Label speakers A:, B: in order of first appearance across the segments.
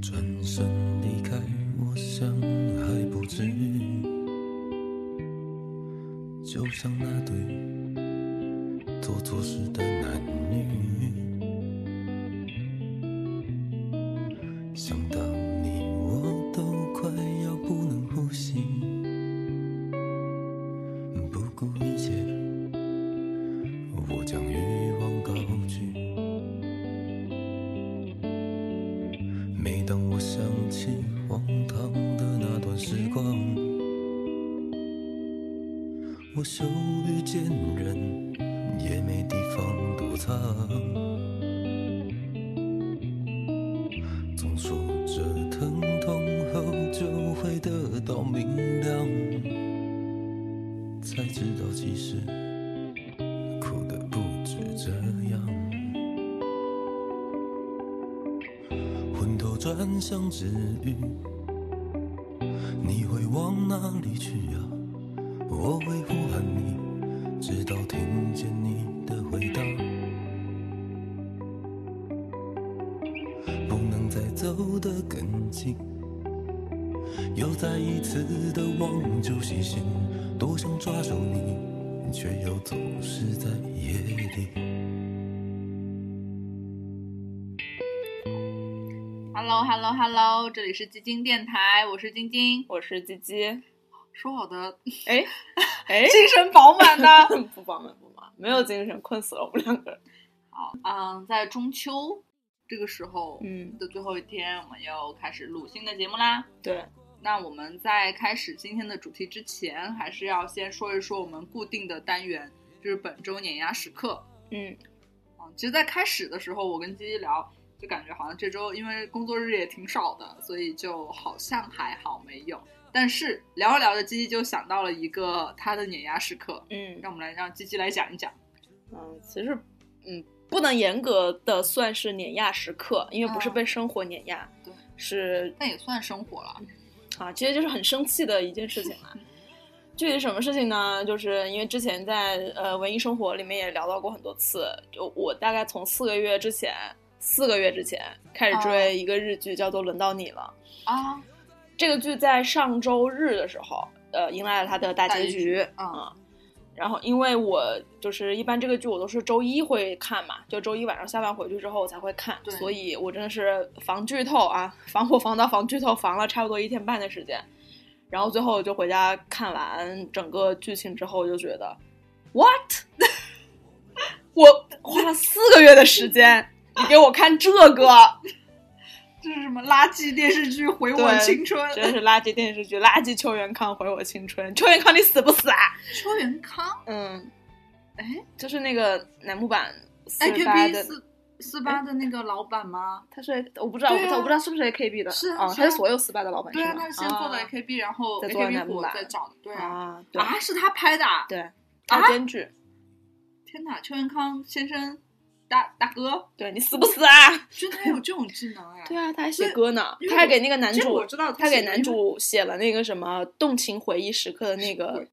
A: 转身离开，我想还不止。就像那对做错事的男女，想到你我都快要不能呼吸，不顾一切，我将欲望高举。每当我想起荒唐的那段时光，我羞于见人，也没地方躲藏。总说这疼痛后就会得到明亮，才知道其实哭的不止这样。昏头转向治愈，你会往哪里去啊？我会呼喊你，直到听见你的回答。不能再走得更近，又再一次的望旧袭心，多想抓住你，却又总是在夜里。
B: h e l l o h e l l o h e l l o 这里是基金电台，我是晶晶。
C: 我是鸡鸡。
B: 说好的
C: 哎 哎，
B: 精神饱满 呢？
C: 不饱满不饱满，没有精神，困死了我们两个人。
B: 好，嗯，在中秋这个时候
C: 嗯，
B: 的最后一天，我们要开始录新的节目啦。
C: 对，
B: 那我们在开始今天的主题之前，还是要先说一说我们固定的单元，就是本周碾压时刻。
C: 嗯，
B: 啊，其实，在开始的时候，我跟鸡鸡聊，就感觉好像这周因为工作日也挺少的，所以就好像还好没有。但是聊着聊着，鸡鸡就想到了一个他的碾压时刻，
C: 嗯
B: 让我们来让鸡鸡来讲一讲。
C: 嗯，其实嗯，不能严格的算是碾压时刻，因为不是
B: 嗯
C: 被生活碾压，
B: 对
C: 是
B: 但也算生活了，
C: 啊，其实就是很生气的一件事情 啦。具体什么事情呢？就是因为之前在呃文艺生活里面也聊到过很多次，就我大概从四个月之前，四个月之前开始
B: 哦
C: 追一个日剧，叫做《轮到你了》。
B: 啊，
C: 这个剧在上周日的时候，呃，迎来了它的大
B: 大
C: 结局
B: 结局
C: 嗯然后，因为我就是一般这个剧我都是周一会看嘛，就周一晚上下班回去之后我才会看，
B: 对
C: 所以我真的是防剧透啊，防火防盗防剧透防了差不多一天半的时间，然后最后就回家看完整个剧情之后就觉得，what，我花了四个月的时间，你给我看这个，
B: 这是什么垃圾电视剧毁我
C: 对
B: 青春？
C: 真是垃圾电视剧，垃圾邱元康毁我青春。邱元康，你死不死啊？
B: 邱元康，
C: 嗯，
B: 哎
C: 就是那个乃木坂四十八
B: ，AKB
C: 的，
B: 哎四四八的那个老板吗？
C: 他是我不知道，
B: 对啊
C: 我不知道，我不知道是不是 AKB 的，
B: 是啊
C: 啊，
B: 是啊
C: 他是所有四八的老板，
B: 对啊，
C: 吗
B: 他是先做的
C: 啊
B: AKB，然后
C: 再做的
B: AKB
C: 男
B: 火
C: 版
B: 再找的，对啊，
C: 啊，对
B: 啊，是他拍的啊，
C: 对，
B: 啊
C: 他编剧，
B: 天哪，邱元康先生，大大哥，
C: 对你死不死啊？
B: 居然还有这种技能哎！
C: 对啊，他还写歌呢
B: 因，为
C: 他还给那个男
B: 这个
C: 主
B: 我知道
C: 他
B: 写
C: 给
B: 的
C: 男主写了那个什么动情回忆时刻的那个，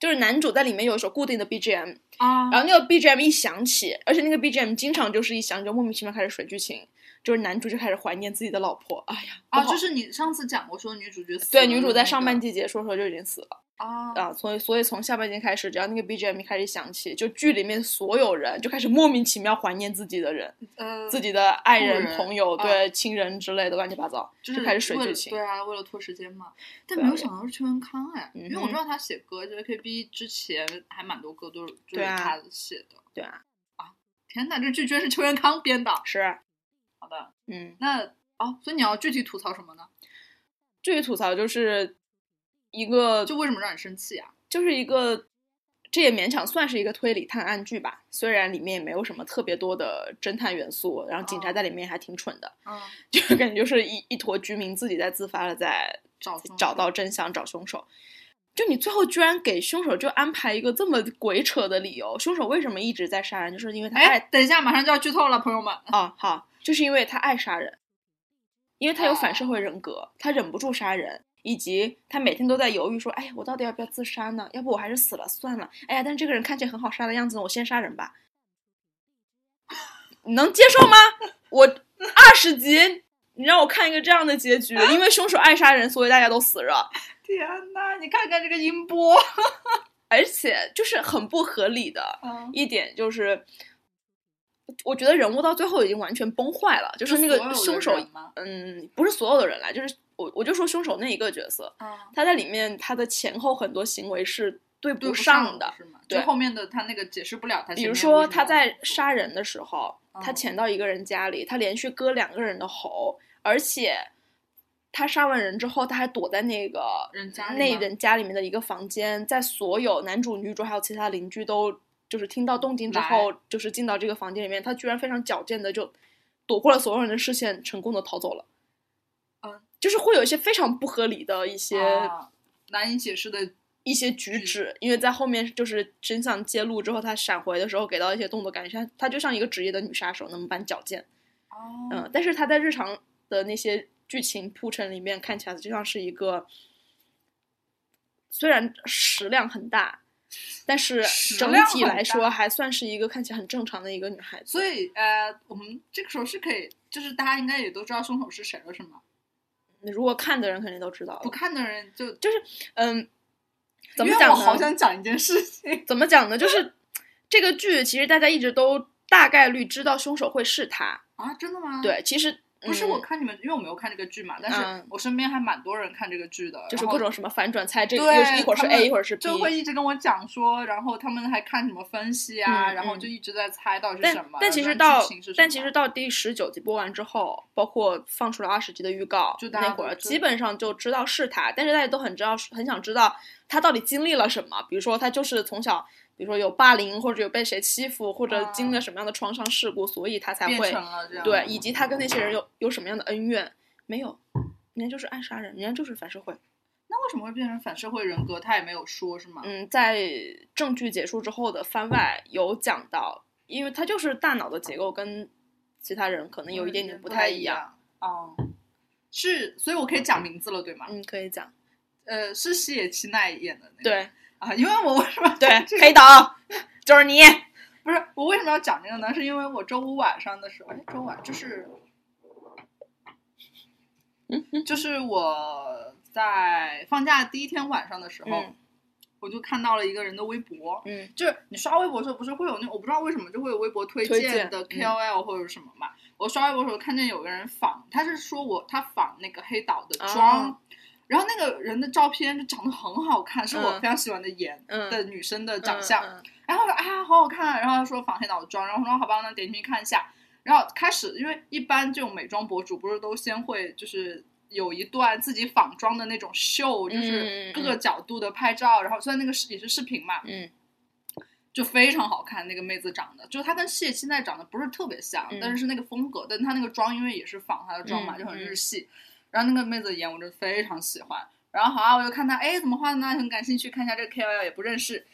C: 就是男主在里面有一首固定的 BGM，
B: 啊，
C: 然后那个 BGM 一响起，而且那个 BGM 经常就是一响起就莫名其妙开始水剧情，就是男主就开始怀念自己的老婆。哎呀，
B: 啊，
C: 不好
B: 就是你上次讲过说女主角死了
C: 对
B: 的
C: 女主
B: 那
C: 在
B: 个
C: 上半季结说说就已经死了
B: 啊
C: 啊，所以所以从下半季开始，只要那个 BGM 一开始响起，就剧里面所有人就开始莫名其妙怀念自己的人、
B: 呃
C: 自己的爱
B: 故
C: 人、
B: 人
C: 朋友、
B: 啊
C: 对亲人之类的乱七八糟，
B: 就是
C: 开始水
B: 为
C: 剧
B: 了
C: 情。
B: 对啊，为了拖时间嘛。但
C: 对
B: 没
C: 啊
B: 有想到是邱元康哎，因为我
C: 嗯哼
B: 知道他写歌，就 AKB 之前还蛮多歌都是就是
C: 对啊
B: 他写的。
C: 对啊，
B: 天哪，这剧居然是邱元康编的！
C: 是啊，
B: 好的，
C: 嗯。
B: 那哦，所以你要具体吐槽什么呢？
C: 至于吐槽就是一个
B: 就为什么让你生气啊？
C: 就是一个，这也勉强算是一个推理探案剧吧。虽然里面也没有什么特别多的侦探元素，然后警察在里面还挺蠢的，
B: 嗯，
C: 就是感觉就是一一坨居民自己在自发的在
B: 找凶手
C: 找到真相、找凶手。就你最后居然给凶手就安排一个这么鬼扯的理由，凶手为什么一直在杀人？就是因为他爱
B: 哎，等一下，马上就要剧透了，朋友们。
C: 哦，好，就是因为他爱杀人，因为他有
B: 哦
C: 反社会人格，他忍不住杀人，以及他每天都在犹豫说，哎，我到底要不要自杀呢？要不我还是死了算了。哎呀，但是这个人看起来很好杀的样子，我先杀人吧。你能接受吗？我二十集你让我看一个这样的结局，因为凶手爱杀人，所以大家都死着，
B: 天呐，你看看这个音波，
C: 而且就是很不合理的一点就是，我觉得人物到最后已经完全崩坏了，就是那个凶手，
B: 吗？
C: 嗯，不是所有的人啦，就是我我就说凶手那一个角色，
B: 啊，
C: 他在里面他的前后很多行为是
B: 对
C: 对不
B: 不
C: 上的
B: 的，是吗？
C: 对
B: 就后面的他那个解释不了他前面为什么，
C: 比如说他在杀人的时候，他
B: 嗯
C: 潜到一个人家里，他连续割两个人的喉，而且他杀完人之后，他还躲在那个
B: 人家里
C: 那
B: 吗
C: 人家里面的一个房间，在所有男主、女主还有其他邻居都就是听到动静之后，就是进到这个房间里面，他居然非常矫健的就躲过了所有人的视线，成功的逃走了。
B: 嗯，
C: 就是会有一些非常不合理的一些、
B: 啊难以解释的
C: 一些举止，因为在后面就是真相揭露之后，她闪回的时候给到一些动作，感觉她她就像一个职业的女杀手那么般矫健，
B: 哦
C: 嗯，但是她在日常的那些剧情铺陈里面看起来就像是一个，虽然食量很大，但是
B: 食
C: 整
B: 量
C: 体
B: 很
C: 来
B: 大
C: 说还算是一个看起来很正常的一个女孩子。
B: 所以呃，我们这个时候是可以，就是大家应该也都知道凶手是谁了，是吗？
C: 如果看的人肯定都知道
B: 不
C: 了，
B: 看的人就
C: 嗯，怎么
B: 因为
C: 讲
B: 我
C: 呢？
B: 好想讲一件事情，
C: 怎么讲呢？就是这个剧其实大家一直都大概率知道凶手会是他。
B: 啊，真的吗？，
C: 对，其实
B: 不是
C: 嗯
B: 我看你们，因为我没有看这个剧嘛，但
C: 嗯
B: 是我身边还蛮多人看这个剧的，
C: 就是
B: 然后
C: 各种什么反转猜，这个
B: 对
C: 又是一会儿是
B: 他们
C: A，一会儿是 B。
B: 就会一直跟我讲说，然后他们还看什么分析啊，
C: 嗯
B: 然后
C: 嗯
B: 就一直在猜到底是什
C: 但
B: 么。
C: 但其
B: 然
C: 实
B: 后
C: 到
B: 剧情是什
C: 但
B: 么
C: 其实到第十九集播完之后，包括放出了二十集的预告
B: 就，大家
C: 那会
B: 都
C: 儿
B: 知
C: 基本上就知道是他，但是大家都很知道，很想知道他到底经历了什么。比如说他就是从小，比如说有霸凌，或者有被谁欺负，或者
B: 啊
C: 经历了什么样的创伤事故，所以他才
B: 变
C: 会
B: 成了这样，
C: 对，以及他跟那些人有有什么样的恩怨？没有，人家就是爱杀人，人家就是反社会。
B: 那为什么会变成反社会人格？他也没有说是吗？
C: 嗯，在证据结束之后的番外有讲到，因为他就是大脑的结构跟其他人可能嗯有一点点不太一样。
B: 样。哦、是，所以我可以讲名字了，对吗？
C: 嗯，可以讲。
B: 呃，是西野七奈演的那个。
C: 对
B: 啊，因为我为什么
C: 对
B: 这，个
C: 黑岛就是 你。
B: 不是我为什么要讲这个呢？是因为我周五晚上的时候，哎，周五晚就是，
C: 嗯
B: 就是我在放假第一天晚上的时候，
C: 嗯
B: 我就看到了一个人的微博，
C: 嗯
B: 就是你刷微博的时候，不是会有那我不知道为什么就会有微博推
C: 推荐嗯
B: 荐的 KOL 或者什么嘛？我刷微博的时候看见有个人仿，他是说我他仿那个黑岛的妆，
C: 啊
B: 然后那个人的照片就长得很好看，是我
C: 嗯
B: 非常喜欢的颜、
C: 嗯
B: 的女生的
C: 嗯
B: 长相。
C: 嗯
B: 然后我说啊，好好看啊，然后他说仿黑岛的妆，然后我说好吧，那点进去看一下。然后开始，因为一般这种美妆博主不是都先会就是有一段自己仿妆的那种秀，就
C: 嗯嗯
B: 是
C: 嗯
B: 各个角度的拍照，然后虽然那个是也是视频嘛，
C: 嗯
B: 就非常好看。那个妹子长得，就是她跟谢现在长得不是特别像，
C: 嗯
B: 但是是那个风格，但她那个妆因为也是仿她的妆嘛，
C: 嗯
B: 就很日
C: 嗯
B: 系。然后那个妹子的颜我真的非常喜欢。然后好啊，我就看她，哎，怎么画的呢？很感兴趣，看一下这个 KOL 也不认识。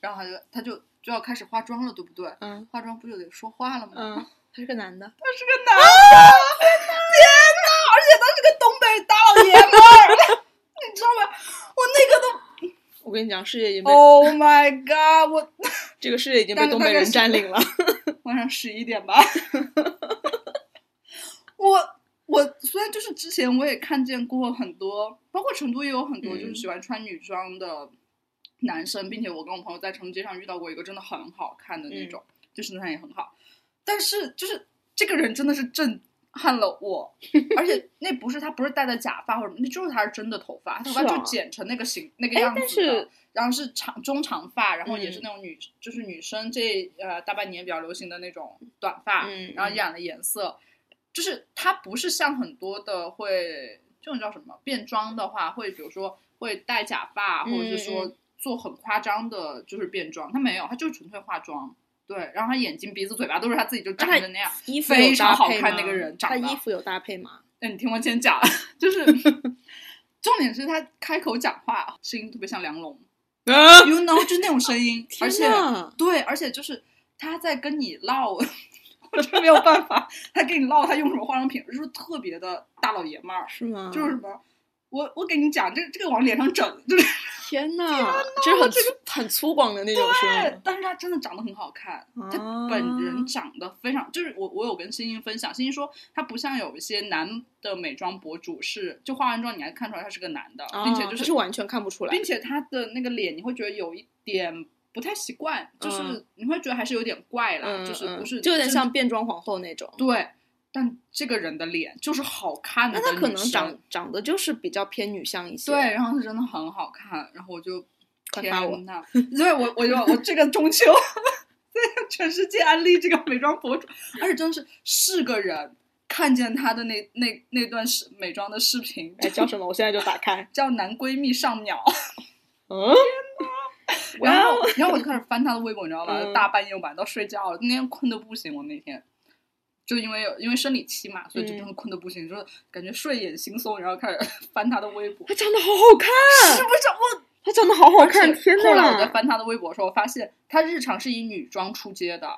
B: 然后她就她就就要开始化妆了，对不对？
C: 嗯
B: 化妆不就得说话了吗？啊
C: 嗯，他是个男的。
B: 他是个男的，天哪！而且他是个东北大老爷们儿， 你知道吗？我那个都
C: 我跟你讲，世界已经被、
B: ，Oh my god！我
C: 这个世界已经被
B: 大概
C: 东北
B: 大概
C: 人
B: 是
C: 占领了。
B: 晚上十一点吧。 我我虽然就是之前我也看见过很多，包括成都也有很多
C: 嗯
B: 就是喜欢穿女装的男生，并且我跟我朋友在成街上遇到过一个真的很好看的
C: 嗯
B: 那种，就身材也很好，但是就是这个人真的是震撼了我，而 且那不是他不是戴的假发或者什么，那就是他是真的头发，他头发
C: 是啊
B: 就剪成那个形、那个
C: 哎
B: 样子的。
C: 但是
B: 然后是长中长发，然后也是
C: 嗯
B: 那种女，就是女生这呃大半年比较流行的那种短发，
C: 嗯
B: 然后染了颜色，就是它不是像很多的会这种叫什么变装的话，会比如说会戴假发，或者是
C: 嗯
B: 说做很夸张的，就是变装，她没有，她就是纯粹化妆，对，然后她眼睛、鼻子、嘴巴都是她自己就长
C: 他
B: 成那样。
C: 衣服
B: 非
C: 有
B: 常
C: 搭
B: 好
C: 配
B: 看
C: 吗
B: 那个人长
C: 他
B: 得
C: 衣服有搭配吗？
B: 那哎你听我先讲，就是 重点是她开口讲话声音特别像梁 龙。
C: 啊！
B: you know，就是那种声音，而且
C: 天呐
B: 对，而且就是他在跟你唠，我真没有办法，他跟你唠他用什么化妆品，就是特别的大老爷们儿，
C: 是吗？
B: 就是什么，我我给你讲，这这个往脸上整，就是
C: 天呐，这是很粗很粗犷的那种声
B: 对
C: 音，，
B: 但是他真的长得很好看，
C: 啊
B: 他本人长得非常，就是我我有跟欣欣分享，欣欣说他不像有一些男的美妆博主是，就化完妆你还看出来他是个男的，并且
C: 啊
B: 就
C: 他是完全看不出来
B: 并且他的那个脸你会觉得有一点不太习惯，就是
C: 嗯
B: 你会觉得还是有点怪啦，
C: 嗯，
B: 就是不是
C: 嗯就有点
B: 真
C: 像变装皇后那种。
B: 对，但这个人的脸就是好看的
C: 那
B: 女生，
C: 她可能长长得就是比较偏女相一些。
B: 对，，然后她真的很好看，然后我就
C: 快
B: 天
C: 发我
B: 呐，对我我就我这个中秋 对全世界安利这个美妆博主，而且真的是是个人。看见她的那那那段视美妆的视频，
C: 哎，叫什么？我现在就打开。
B: 叫男闺蜜上秒，
C: 嗯，
B: 然后
C: 哇哦，
B: 然后我就开始翻她的微博，你知道吧？
C: 嗯
B: 大半夜我晚上都睡觉了，那天困的不行，我那天就因为有因为生理期嘛，所
C: 嗯
B: 以就真的困的不行，就是感觉睡眼惺忪，然后开始 翻她的微 博，
C: 她长得好好看，
B: 是不是我
C: 她长得好好看，
B: 而且
C: 天
B: 后来我在
C: 呐，
B: 翻她的微博的时候，我发现她日常是以女装出街的，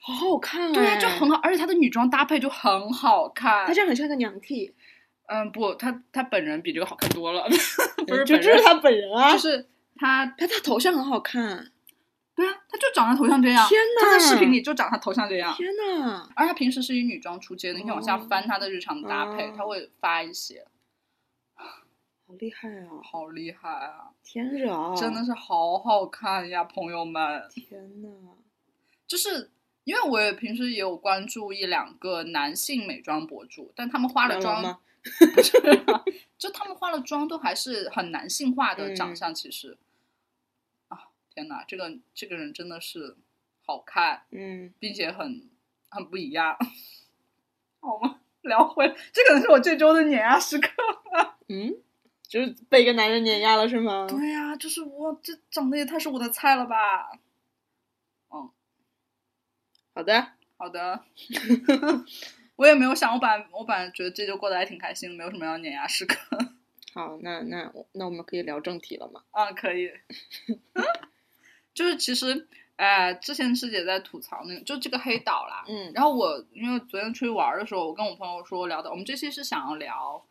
C: 好好看，哎
B: 对啊，就很。好，而且她的女装搭配就很好看
C: 她。这样很像个娘替，
B: 嗯，不，她她本人比这个好看多了， 不是
C: 呃嗯就
B: 本
C: 这
B: 人
C: 是，她本人啊
B: 就。是她，
C: 她她头像很好看，
B: 对啊，她就长她头像这样。
C: 天
B: 她在
C: 呐
B: 视频里就长她头像这样，
C: 天呐，
B: 而她平时是以女装出街的，你可以往下
C: 哦
B: 翻她的日常搭配，
C: 哦
B: 她会发一些，
C: 好厉害啊！
B: 好厉害啊，
C: 天热，
B: 真的是好好看呀，朋友们。
C: 天呐。
B: 就是因为我也平时也有关注一两个男性美妆博主，但他们化了
C: 男
B: 妆
C: 王吗，
B: 不是啊，就他们化了妆都还是很男性化的
C: 嗯
B: 长相，其实、啊，天哪，这个这个人真的是好看，
C: 嗯，
B: 并且很很不一样， 好吗？ 聊回这可能是我这周的碾压时刻。
C: 嗯，就是被一个男人碾压了是吗？
B: 对呀、就是我这长得也太是我的菜了吧？
C: 好的，
B: 好的， 我也没有想，我本来我本来觉得这周过得还挺开心，没有什么要碾压时刻。
C: 好，那那我那我们可以聊正题了吗？
B: 啊，可以。 就是其实，哎、之前师姐在吐槽那个，就这个黑岛啦。
C: 嗯，
B: 然后我因为昨天出去玩儿的时候，我跟我朋友说聊的，我们这期是想要聊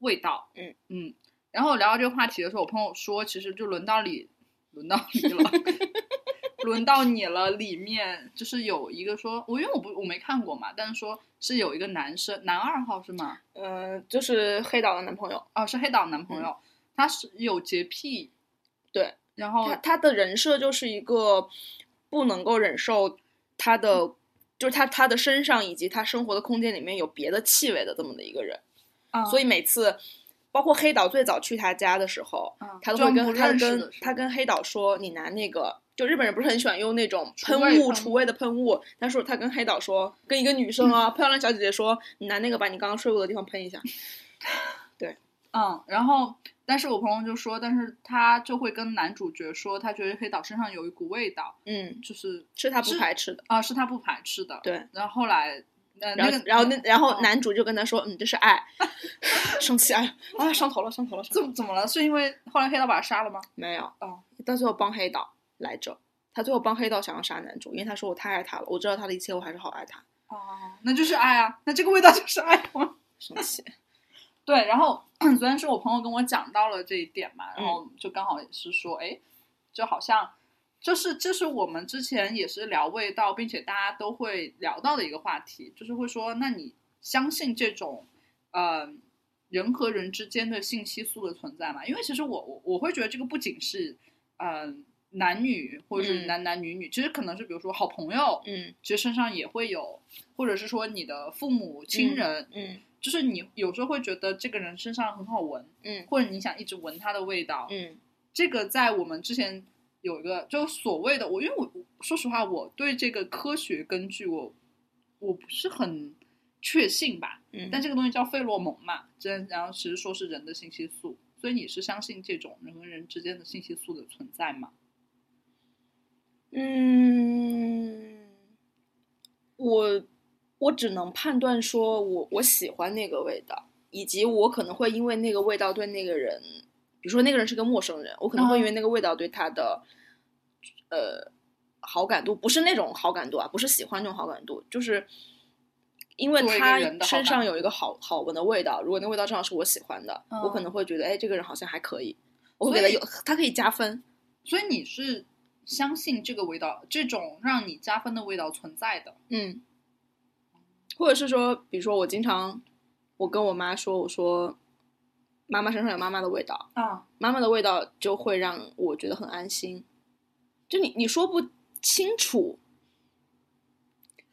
B: 味道。
C: 嗯
B: 嗯。然后聊到这个话题的时候，我朋友说，其实就轮到你，轮到你了， 轮到你了。里面就是有一个说，我因为我不我没看过嘛，但是说是有一个男生，男二号是吗？
C: 呃，就是黑岛的男朋友，
B: 哦，是黑岛男朋友，他是有洁癖。
C: 嗯对，
B: 然后
C: 他他的人设就是一个不能够忍受他的，就是他他的身上以及他生活的空间里面有别的气味的这么的一个人，
B: 啊
C: 所以每次。包括黑岛最早去他家的时候，
B: 啊
C: 他都
B: 装
C: 会
B: 不
C: 跟他
B: 认识
C: 跟
B: 的是
C: 他
B: 吧
C: 跟黑岛说：“你拿那个，就日本人不是很喜欢用那种
B: 除
C: 喷
B: 味
C: 雾
B: 喷
C: 除
B: 雾
C: 味的喷雾。”他说他跟黑岛说，跟一个女生 啊、漂亮小姐姐说：“你拿那个把你刚刚睡过的地方喷一下。
B: 嗯，然后但是我朋友就说，但是他就会跟男主角说，他觉得黑岛身上有一股味道，”
C: 嗯，
B: 就是
C: 是他不
B: 是
C: 排斥的。
B: 啊、是他不排斥的。
C: 对，
B: 然后后来，呃，
C: 然
B: 那
C: 后
B: 个，
C: 然后那，然后
B: 哦
C: 男主就跟他说，嗯，这是 爱， 生气，哎呀，啊，上头了，上头了，上头
B: 怎
C: 了
B: 么怎么了？是因为后来黑岛把他杀了吗？
C: 没有，
B: 哦，
C: 到最后帮黑岛来着，他最后帮黑岛想要杀男主，因为他说我太爱他了，我知道他的一切，我还是好爱他，
B: 哦，那就是爱啊，那这个味道就是爱吗？
C: 生 气，
B: 对，然后 昨天是我朋友跟我讲到了这一点嘛，
C: 嗯
B: 然后就刚好也是说，哎，就好像就是这是我们之前也是聊味道，并且大家都会聊到的一个话题，就是会说，那你相信这种呃人和人之间的信息素的存在吗？因为其实我我我会觉得这个不仅是呃男女或者是
C: 嗯
B: 男男女女，其实可能是比如说好朋友，
C: 嗯
B: 其实身上也会有，或者是说你的父母亲
C: 嗯
B: 人，
C: 嗯
B: 就是你有时候会觉得这个人身上很好闻，
C: 嗯
B: 或者你想一直闻他的味道。
C: 嗯
B: 这个在我们之前有一个，就所谓的我，因为我说实话，我对这个科学根据我我不是很确信吧。
C: 嗯，
B: 但这
C: 是
B: 个东西叫费洛蒙嘛，真然后其实说是人的信息素，所以你是相信这种人和人之间的信息素的存在吗？
C: 嗯，我我只能判断说我我喜欢那个味道，以及我可能会因为那个味道对那个人，比如说那个人是个陌生人，我可能会因为
B: 嗯
C: 那个味道对他的，呃，好感度不是那种好感度啊，不是喜欢那种好感度，就是。因为
B: 作为一个
C: 他
B: 人的好
C: 身
B: 感
C: 上
B: 度
C: 有一个好好闻的味道，如果那味道正好是我喜欢的，我可
B: 嗯
C: 能会觉得，哎，这个人好像还可以。我会
B: 所
C: 给他
B: 以
C: 有，他可以加分。
B: 所以你是相信这个味道，这种让你加分的味道存在的。
C: 嗯，或者是说，比如说我经常，我跟我妈说，我说妈妈身上有妈妈的味道，
B: 啊，
C: 妈妈的味道就会让我觉得很安心。就你你说不清楚，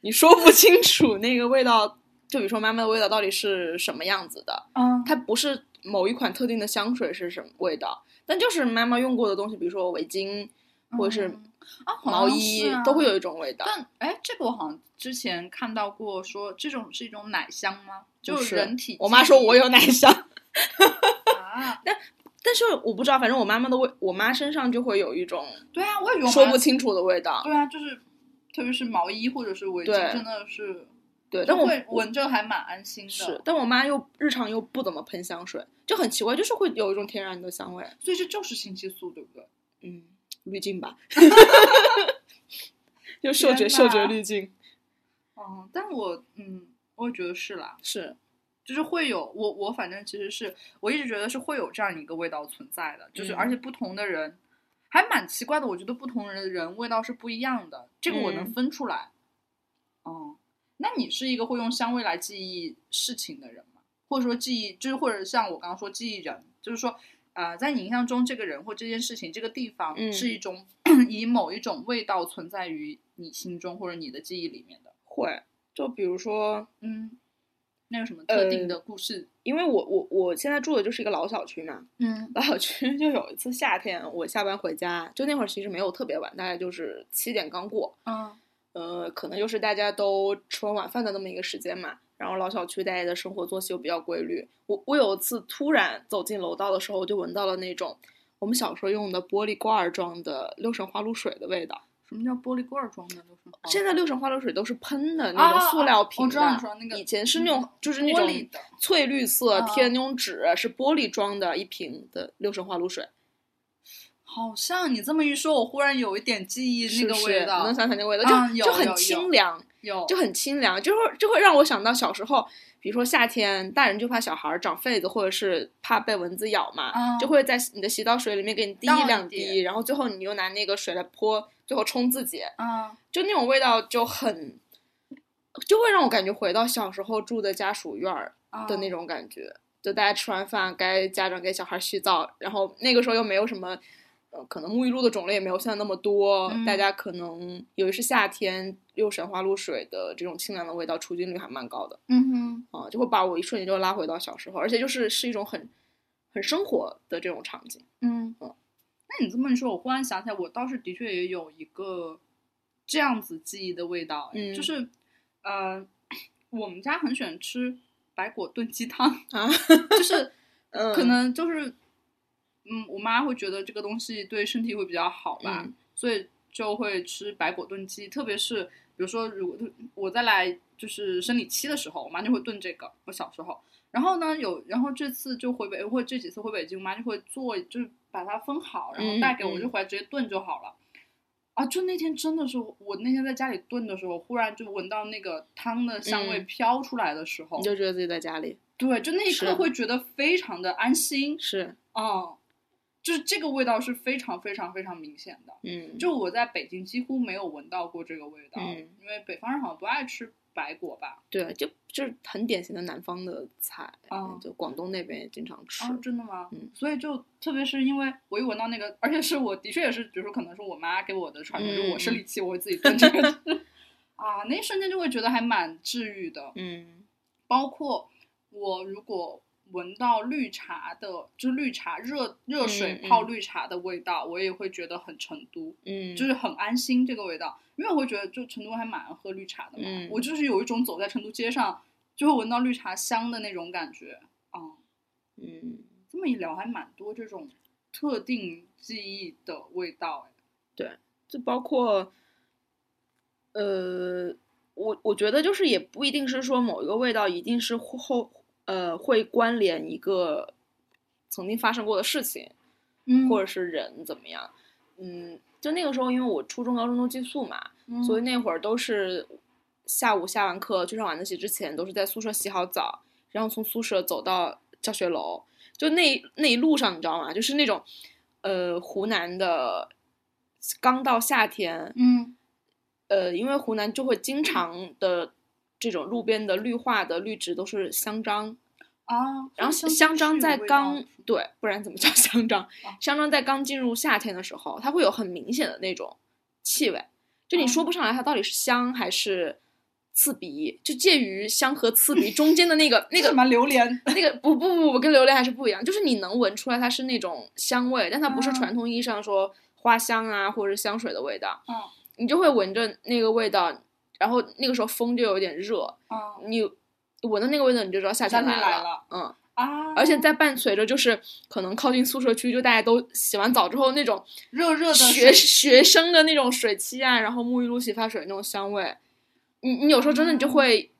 C: 你说不清楚那个味道，就比如说妈妈的味道到底是什么样子的，
B: 嗯，
C: 它不是某一款特定的香水是什么味道，但就是妈妈用过的东西，比如说围巾或者是
B: 啊，好
C: 毛
B: 像
C: 衣，
B: 是啊
C: 都会有一种味道。
B: 但哎，这个我好像之前看到过说，这种是一种奶香吗？就
C: 不是
B: 人体记忆。
C: 我妈说我有奶香，
B: 啊，
C: 但是我不知道，反正我妈妈的味，我妈身上就会有一种
B: 对啊，我也觉得我
C: 说
B: 妈
C: 不。清楚的味道。
B: 对啊，就是特别是毛衣或者是围巾，
C: 对
B: 真的是，
C: 对，但
B: 就
C: 我
B: 会闻着还蛮安心的。
C: 是，，但我妈又日常又不怎么喷香水，就很奇怪，就是会有一种天然的香味。
B: 所以这就是星激素，对不对？
C: 嗯，滤镜吧， 就嗅觉
B: 天
C: 嗅觉
B: 哪
C: 滤镜
B: 嗯，但我嗯，我也觉得是啦，
C: 是，
B: 就是会有我我反正其实是我一直觉得是会有这样一个味道存在的，就是、
C: 嗯
B: 而且不同的人还蛮奇怪的，我觉得不同人的人味道是不一样的，这个我能
C: 嗯
B: 分出来。嗯，那你是一个会用香味来记忆事情的人吗？或者说记忆，就是或者像我刚刚说记忆人，就是说。呃，在你印象中，这个人或这件事情、这个地方，
C: 嗯
B: 是一种 以某一种味道存在于你心中或者你的记忆里面的。
C: 会。就比如说，
B: 嗯，那有什么特
C: 呃
B: 定的故事？
C: 因为我我我现在住的就是一个老小区嘛，
B: 嗯，
C: 老小区 就有一次夏天，我下班回家，就那会儿其实没有特别晚，大概就是七点刚过，
B: 嗯
C: 呃，可能就是大家都吃完晚饭的那么一个时间嘛。然后老小区大家的生活作息又比较规律。我我有一次突然走进楼道的时候，就闻到了那种我们小时候用的玻璃罐儿装的六神花露水的味道。，
B: 什么叫玻璃罐儿装的流水花？
C: 现在六神花露水都是喷的
B: 哦啊
C: 那种塑料瓶
B: 我
C: 的，
B: 知道你说那个嗯
C: 以前是那种就是那
B: 玻
C: 种
B: 璃的
C: 翠绿色
B: 啊
C: 贴那种纸，是玻璃装的一瓶的六神花露水，
B: 好像你这么一说，我忽然有一点记忆那
C: 是
B: 个
C: 不是
B: 味道，
C: 能想起来那个味道，
B: 啊
C: 就
B: 有
C: 就
B: 有有
C: 很清凉。
B: 有
C: 就很清凉，就会就会让我想到小时候，比如说夏天，大人就怕小孩儿长痱子，或者是怕被蚊子咬嘛，
B: 嗯
C: 就会在你的洗澡水里面给你滴
B: 倒
C: 一
B: 一
C: 两
B: 点
C: 滴，然后最后你又拿那个水来泼，最后冲自己，
B: 啊，
C: 就那种味道就很，就会让我感觉回到小时候住的家属院儿
B: 啊
C: 的那种感觉。就大家吃完饭，该家长给小孩洗澡，然后那个时候又没有什么，呃，可能沐浴露的种类也没有现在那么多，
B: 嗯
C: 大家可能由于是夏天，六神花露水的这种清凉的味道除菌率还蛮高的
B: 嗯哼，
C: 啊、就会把我一瞬间就拉回到小时候，而且就是是一种很很生活的这种场景。
B: 嗯。那你这么一说，我忽然想起来，我倒是的确也有一个这样子记忆的味道，哎
C: 嗯
B: 就是呃， 我们家很喜欢吃白果炖鸡汤，
C: 啊，
B: 就是
C: 嗯，
B: 可能就是，嗯，我妈会觉得这个东西对身体会比较好吧，
C: 嗯
B: 所以就会吃白果炖鸡，特别是比如说，如果我再来就是生理期的时候，我妈就会炖这个。我小时候，然后呢有，然后这次就回北，或者这几次回北京，我妈就会做，就是把它分好，然后带给我，
C: 嗯嗯
B: 就回来直接炖就好了。啊！就那天真的是我，我那天在家里炖的时候，忽然就闻到那个汤的香味
C: 嗯
B: 飘出来的时候，
C: 你就觉得自己在家里
B: 对，就那一刻
C: 是
B: 会觉得非常的安心，
C: 是，
B: 哦，就是这个味道是非常非常非常明显的。
C: 嗯，
B: 就我在北京几乎没有闻到过这个味道，
C: 嗯
B: 因为北方人好像不爱吃白果吧？
C: 对，就就是很典型的南方的菜，
B: 啊
C: 就广东那边也经常吃，
B: 啊，真的吗？
C: 嗯
B: 所以就特别是因为我一闻到那个，而且是我的确也是，比如说可能是我妈给我的传承，
C: 嗯
B: 就是我生理期我会自己炖这个吃啊，那一瞬间就会觉得还蛮治愈的。
C: 嗯
B: 包括我如果闻到绿茶的，就是绿茶热热水
C: 嗯
B: 泡
C: 嗯
B: 绿茶的味道，我也会觉得很成都。
C: 嗯，
B: 就是很安心这个味道，因为我会觉得就成都还蛮爱喝绿茶的嘛，
C: 嗯
B: 我就是有一种走在成都街上就会闻到绿茶香的那种感觉。嗯，
C: 嗯。
B: 这么一聊还蛮多这种特定记忆的味道哎。
C: 就包括，呃，我我觉得就是也不一定是说某一个味道一定是后后呃会关联一个曾经发生过的事情，
B: 嗯
C: 或者是人怎么样，嗯，就那个时候因为我初中高中都寄宿嘛，
B: 者
C: 所以那会儿都是下午下完课去上晚自习之前都是在宿舍洗好澡，然后从宿舍走到教学楼，就那一那一路上你知道吗？就是那种呃湖南的刚到夏天，
B: 嗯
C: 呃，因为湖南就会经常的这种路边的绿化的绿植都是香樟，
B: 啊，
C: 然后
B: 香
C: 香樟在刚
B: 刚
C: 对，不然怎么叫香樟？
B: 哦
C: 香樟在刚进入夏天的时候，它会有很明显的那种气味，就你
B: 哦
C: 说不上来它到底是香还是刺鼻，就介于香和刺鼻中间的 那个那
B: 那个
C: 个
B: 什么榴莲，
C: 那个不不不不，跟榴莲还是不一样，就是你能闻出来它是那种香味，但它不是
B: 啊
C: 传统意义上说花香啊或者是香水的味道，
B: 嗯
C: 你就会闻着那个味道，然后那个时候风就有点热，
B: 嗯
C: 你闻到那个味道你就知道夏
B: 夏
C: 天
B: 天
C: 来
B: 来
C: 了，
B: 了
C: 嗯。
B: 啊，
C: 而且在伴随着就是可能靠近宿舍区，就大家都洗完澡之后那种
B: 热热的水
C: 学学生的那种水汽啊，然后沐浴露、洗发水那种香味，你你有时候真的你就会，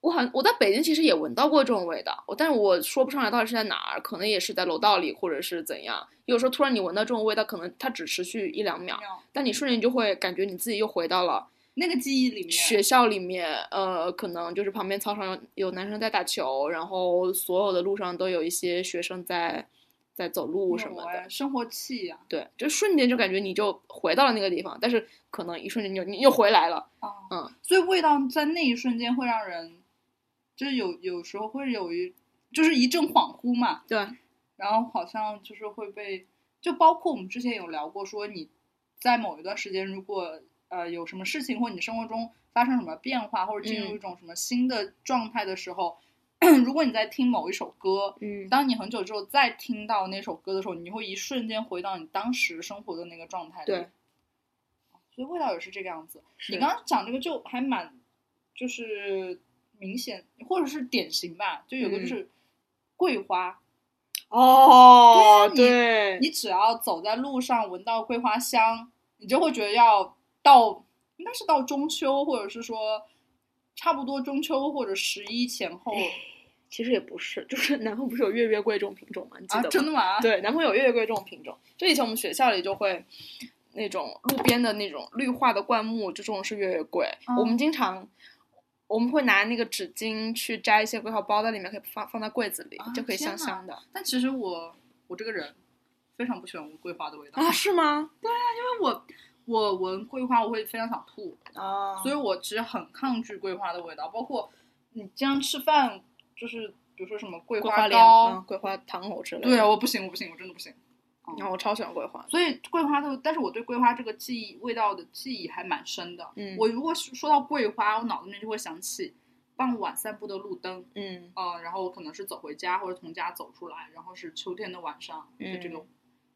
C: 我好像我在北京其实也闻到过这种味道，我但是我说不上来到底是在哪儿，可能也是在楼道里或者是怎样。有时候突然你闻到这种味道，可能它只持续一两秒，但你瞬间就会感觉你自己又回到了
B: 那个记忆里面，
C: 学校里面，呃，可能就是旁边操场有有男生在打球，然后所有的路上都有一些学生在在走路什么
B: 有
C: 的
B: 哎，生活气呀
C: 对，就瞬间就感觉你就回到了那个地方，但是可能一瞬间你就你又回来了，
B: 啊，
C: 嗯，
B: 所以味道在那一瞬间会让人，就是有有时候会有一就是一阵恍惚嘛，
C: 对，
B: 然后好像就是会被，就包括我们之前有聊过，说你在某一段时间，如果呃有什么事情，或者你生活中发生什么变化，或者进入
C: 嗯
B: 一种什么新的状态的时候， 如果你在听某一首歌，
C: 嗯
B: 当你很久之后再听到那首歌的时候，你会一瞬间回到你当时生活的那个状态里。
C: 对，
B: 所以味道也是这个样子。你
C: 是
B: 刚刚讲这个就还蛮，就是明显或者是典型吧，就有个就
C: 嗯
B: 是桂花。
C: 哦
B: 对
C: 对
B: 你只要走在路上闻到桂花香，你就会觉得要到应该是到中秋，或者是说差不多中秋或者十一前
C: 哎
B: 后
C: 其实也不是，就是南方不是有月月桂这种品种吗？你记
B: 啊，
C: 得吗？
B: 真的吗？
C: 对，南方有月月桂这种品种。就以前我们学校里就会那种路边的那种绿化的灌木，就这种是月月桂。
B: 哦
C: 我们经常我们会拿那个纸巾去摘一些桂花，包在里面，可以放放在柜子里，
B: 啊
C: 就可以
B: 天
C: 香
B: 呐
C: 香的。
B: 但其实我我这个人非常不喜欢闻桂花的味道，
C: 啊，是吗？
B: 因为我我闻桂花我会非常想吐，
C: 啊
B: 所以我其实很抗拒桂花的味道，包括你经常吃饭就是比如说什么桂
C: 桂花
B: 花
C: 莲、
B: 糕，
C: 嗯、桂花糖藕之类的。
B: 对，啊哦我不行，我不行，我真的不行。
C: 然后我超喜欢桂花。
B: 所以桂花的，但是我对桂花这个记忆味道的记忆还蛮深的。
C: 嗯
B: 我如果是说到桂花，我脑子里面就会想起傍晚散步的路灯，
C: 嗯，
B: 呃，然后我可能是走回家或者从家走出来，然后是秋天的晚上，就这个、
C: 嗯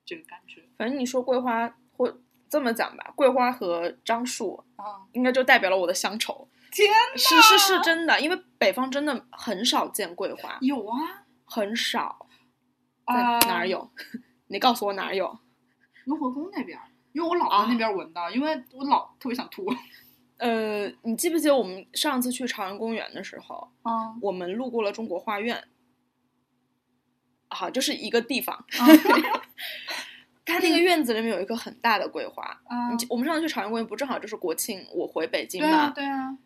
B: 这个感觉
C: 反正你说桂花或。这么讲吧，桂花和樟树
B: 啊！
C: 应该就代表了我的乡愁。
B: 天
C: 是是是真的，因为北方真的很少见桂花，
B: 有啊，
C: 很少。
B: 啊
C: 在哪儿？有？ 你告诉我哪儿有？
B: 雍和宫那边儿，因为我老在那边闻到，因为我老特别想吐。
C: 呃，你记不记得我们上次去长安公园的时候，
B: 嗯，
C: 我们路过了中国画院？好，就是一个地方，它
B: 嗯
C: 那个院子里面有一棵很大的桂花。
B: 啊
C: 你记我们上次去长安公园不正好就是国庆，我回北京
B: 对
C: 嘛？
B: 啊，对啊，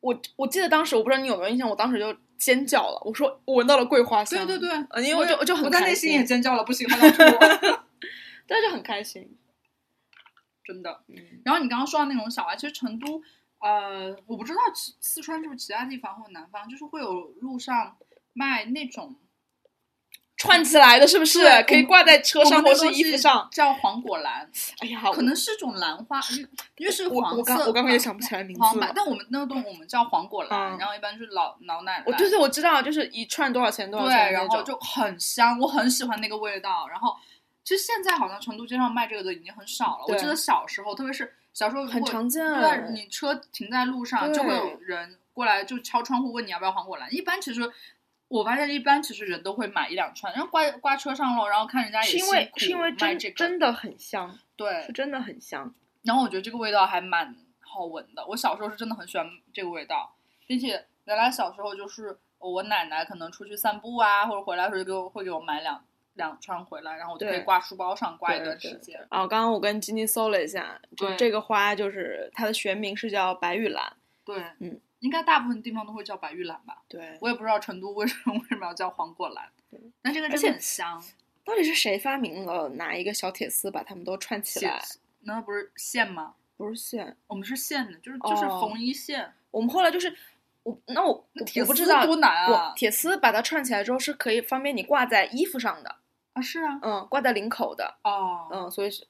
C: 我我记得当时我不知道你有没有印象，我当时就尖叫了，我说我闻到了桂花香。
B: 对对对
C: 呃，因为我就我就很
B: 我在
C: 开
B: 内心
C: 心
B: 也尖叫了，不行，我想吐，
C: 但是很开心。
B: 真的。
C: 嗯，
B: 然后你刚刚说到那种小孩，其实成都，呃，我不知道其四川是不是其他地方或南方，就是会有路上卖那种
C: 串起来的是不是
B: 对
C: 可以挂在车上
B: 我
C: 或
B: 们
C: 是
B: 那
C: 衣服
B: 东西
C: 上？
B: 叫黄果兰，
C: 哎呀，
B: 可能是种兰花，因为因为是
C: 我
B: 黄
C: 我刚
B: 色，
C: 我刚刚也想不起来名
B: 黄
C: 字
B: 白
C: 了，。
B: 但我们那个东西我们叫黄果兰，
C: 嗯
B: 然后一般是老老奶奶，
C: 我对对，我知道，就是一串多少钱多少
B: 对，
C: 钱
B: 然
C: 那
B: 后
C: 种。
B: 就很香，我很喜欢那个味道。然后其实现在好像成都街上卖这个的已经很少了，我
C: 对
B: 记得小时候，特别是小时候如
C: 很
B: 果
C: 常见
B: 对，你车停在路上，
C: 对
B: 就会有人过来就敲窗户问你要不要黄果兰。一般其实我发现，一般其实人都会买一两串，然后挂挂车上喽，然后看人家也
C: 是因
B: 辛
C: 为
B: 苦
C: 是因为
B: 卖
C: 真
B: 这个
C: 真的很香，
B: 对
C: 是，真的很香。
B: 然后我觉得这个味道还蛮好闻的。我小时候是真的很喜欢这个味道，并且原来小时候就是我奶奶可能出去散步啊，或者回来的时候就给我会给我买两两串回来，然后我就可以
C: 对
B: 挂书包上挂一
C: 对
B: 段
C: 对
B: 时间。
C: 啊，刚刚我跟金妮搜了一下，就
B: 对
C: 这个花就是它的学名是叫白玉兰。
B: 对，
C: 嗯，
B: 应该大部分地方都会叫白玉兰吧。
C: 对，
B: 我也不知道成都为什么为什么要叫黄果兰
C: 对，
B: 但这个
C: 而
B: 真的
C: 且
B: 很香。
C: 到底是谁发明了拿一个小铁丝把它们都串起来？
B: 那不是线吗？
C: 不是线，
B: 我们是线的，就是就是
C: 哦
B: 缝衣线，
C: 我们后来就是我那我
B: 那
C: 我
B: 铁
C: 我不
B: 丝
C: 知道
B: 多难啊
C: 我铁丝把它串起来之后是可以方便你挂在衣服上的，
B: 啊是啊，
C: 嗯，挂在领口的，
B: 哦，
C: 嗯，所以是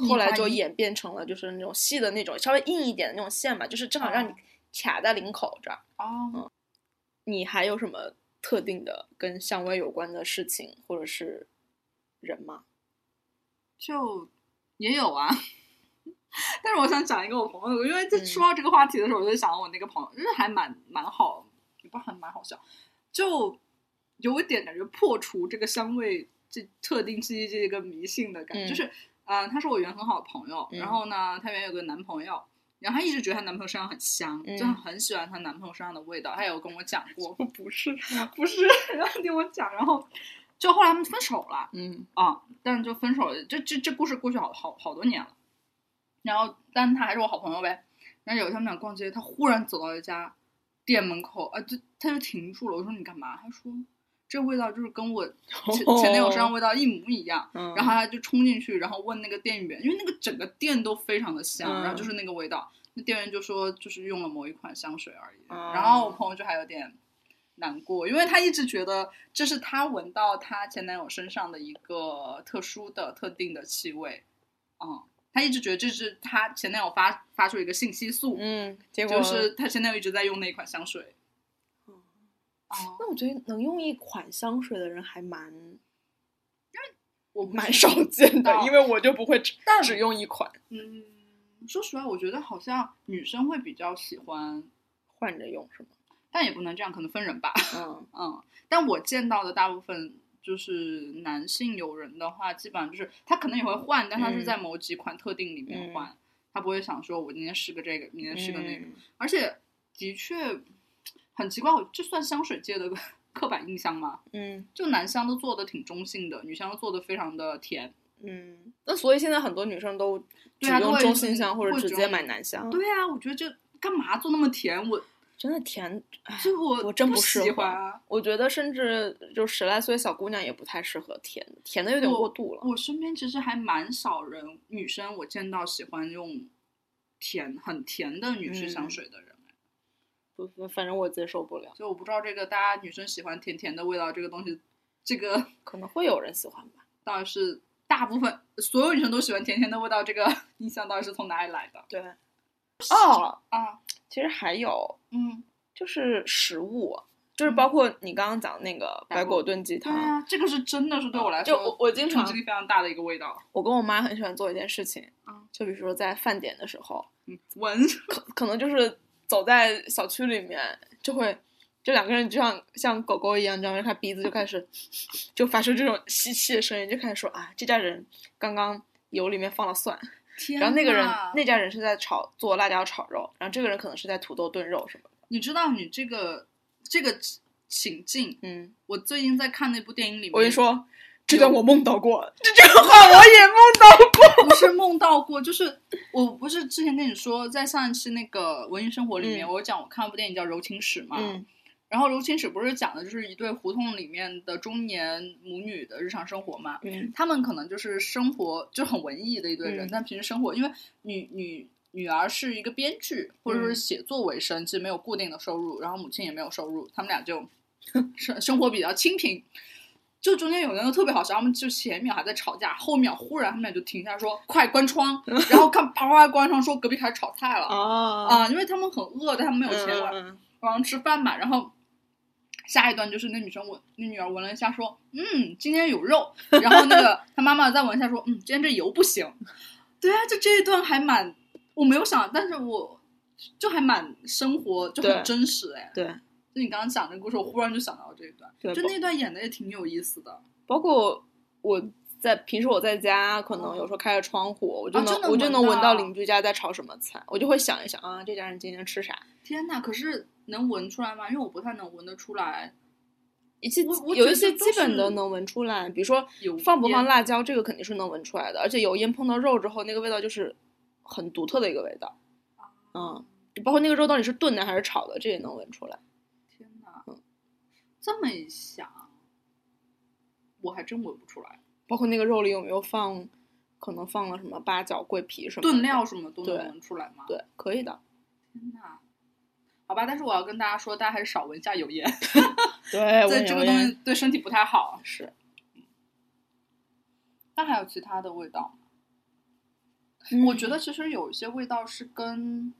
B: 你
C: 后来
B: 把
C: 就
B: 衣
C: 演变成了就是那种细的那种稍微硬一点的那种线嘛，就是正好让你
B: 哦
C: 卡在领口这儿。
B: 哦，
C: 你还有什么特定的跟香味有关的事情或者是人吗？
B: 就也有啊。 但是我想讲一个我朋友，因为这
C: 嗯
B: 说到这个话题的时候，我就想到我那个朋友，就是还蛮蛮好，也不是还蛮好笑，就有一点感觉破除这个香味这特定记忆这个迷信的感觉，
C: 嗯
B: 就是啊、呃她是我原很好的朋友，
C: 嗯
B: 然后呢，她原来有个男朋友。然后她一直觉得她男朋友身上很香，
C: 嗯
B: 就她很喜欢她男朋友身上的味道。她有跟我讲过， 我不是，不是， 然后听我讲，然后就后来他们分手了。
C: 嗯
B: 啊，但是就分手了，这这这故事过去好好好多年了。然后，但他还是我好朋友呗。然后有一天我们俩逛街，他忽然走到一家店门口，啊，就他就停住了。我说你干嘛？他说这味道就是跟我前前男友身上味道一模一样。
C: 嗯，
B: 然后他就冲进去，然后问那个店员，因为那个整个店都非常的香，
C: 嗯
B: 然后就是那个味道。那店员就说就是用了某一款香水而已。
C: 哦
B: 然后我朋友就还有点难过，因为他一直觉得这是他闻到他前男友身上的一个特殊的、特定的气味。嗯，他一直觉得这是他前男友发发出一个信息素，
C: 嗯，结果
B: 就是他前男友一直在用那款香水。
C: 嗯
B: 哦，
C: 那我觉得能用一款香水的人还蛮
B: 我不
C: 蛮
B: 是
C: 少见
B: 道
C: 的，因为我就不会只
B: 但
C: 只用一款，
B: 嗯，说实话，我觉得好像女生会比较喜欢
C: 换着用是吗？
B: 但也不能这样，可能分人吧。
C: 嗯
B: 嗯，但我见到的大部分就是男性友人的话，基本上就是他可能也会换，但他是
C: 嗯
B: 在某几款特定里面换，他不会想说我今天试个这个，明天试个那个。
C: 嗯
B: 而且的确很奇怪，我这算香水界的 刻板印象吗？
C: 嗯
B: 就男香都做的挺中性的，女香都做的非常的甜。
C: 嗯，那所以现在很多女生都只
B: 对啊都
C: 用
B: 会
C: 中性香
B: 会
C: 或者
B: 只
C: 直接
B: 用
C: 买男香，
B: 对啊，我觉得这干嘛做那么甜？我
C: 真的甜，哎
B: 就我
C: 我真
B: 不
C: 不适
B: 喜
C: 合
B: 欢啊。
C: 我觉得甚至就十来岁小姑娘也不太适合甜的，甜的有点
B: 我
C: 过度了。
B: 我身边其实还蛮少人，女生我见到喜欢用甜很甜的女士
C: 嗯
B: 香水的人，
C: 不不，反正我接受不了，
B: 所以我不知道这个大家女生喜欢甜甜的味道这个东西，这个
C: 可能会有人喜欢吧。
B: 到底是大部分所有女生都喜欢甜甜的味道，这个 印象到底是从哪里来的
C: 对，哦，
B: 啊？
C: 其实还有
B: 嗯，
C: 就是食物，就是包括你刚刚讲那个
B: 白
C: 白
B: 果
C: 果炖鸡
B: 对
C: 汤，
B: 啊，这个是真的是对我来
C: 就
B: 说，
C: 我我经
B: 冲
C: 常
B: 击力非常大的一个味道。
C: 我跟我妈很喜欢做一件事情
B: 嗯，
C: 就比如说在饭点的时候，
B: 嗯，闻，
C: 可可能就是走在小区里面，就会就两个人就像像狗狗一样，你知道吗？他鼻子就开始就发出这种吸气的声音，就开始说啊，这家人刚刚油里面放了蒜，
B: 天
C: 然后那个人
B: 呐
C: 那家人是在炒做辣椒炒肉，然后这个人可能是在土豆炖肉什么的。
B: 你知道你这个这个情境，
C: 嗯，
B: 我最近在看那部电影里面，
C: 我跟你说，这段我梦到过，这这个话我也梦到过。
B: 不是梦到过，就是我不是之前跟你说，在上一期那个《文艺生活》里面，
C: 嗯
B: 我讲我看了部电影叫《柔情史》嘛，
C: 嗯
B: 然后《柔情史》不是讲的就是一对胡同里面的中年母女的日常生活嘛，
C: 嗯
B: 他们可能就是生活就很文艺的一堆人，
C: 嗯
B: 但平时生活因为女女女儿是一个编剧或者说
C: 嗯
B: 是写作为生，其实没有固定的收入，然后母亲也没有收入，他们俩就生生活比较清贫。就中间有一个特别好笑，他们就前一秒还在吵架，后一秒忽然他们俩就停下说快关 窗，然后看啪啪啪关窗说隔壁开始炒菜了
C: 啊，
B: 啊、因为他们很饿，但他们没有钱晚
C: 嗯
B: 晚上吃饭嘛，然后下一段就是那女生闻，那女儿闻了一下说，嗯，今天有肉，然后那 个她妈妈再闻一下说，嗯，今天这油不行。对啊，就这一段还蛮，我没有想，但是我就还蛮生活，就很
C: 对
B: 真实哎。
C: 对。
B: 就你刚刚讲这个故事，我忽然就想到这一段，
C: 对
B: 就
C: 不
B: 那段演的也挺有意思的。
C: 包括我在平时我在家，可能有时候开着窗户，我就
B: 啊
C: 能、
B: 真的
C: 我就
B: 闻
C: 能闻
B: 到
C: 到邻居家在炒什么菜，我就会想一想啊，这家人今天吃啥？
B: 天呐，可是能闻出来吗？因为我不太能闻得出来
C: 一些
B: 我我
C: 有
B: 觉
C: 一些
B: 得都
C: 基本
B: 是
C: 的能闻出来，比如说
B: 油
C: 放不放
B: 烟
C: 辣椒，这个肯定是能闻出来的，而且油烟碰到肉之后，那个味道就是很独特的一个味道，
B: 啊
C: 嗯。就包括那个肉到底是炖的还是炒的，这也能闻出来。
B: 天哪，这么一想，我还真闻不出来，
C: 包括那个肉里有没有放，可能放了什么八角、桂皮什么的
B: 炖料，什么都能
C: 对
B: 闻出来吗？
C: 对，可 以的。
B: 天呐，好吧，但是我要跟大家说，大家还是少闻一下油烟，
C: 对，
B: 对
C: 我
B: 这
C: 有
B: 个东
C: 烟
B: 西对身体不太好。
C: 是
B: 那还有其他的味道吗？
C: 嗯
B: 我觉得其实有一些味道是跟，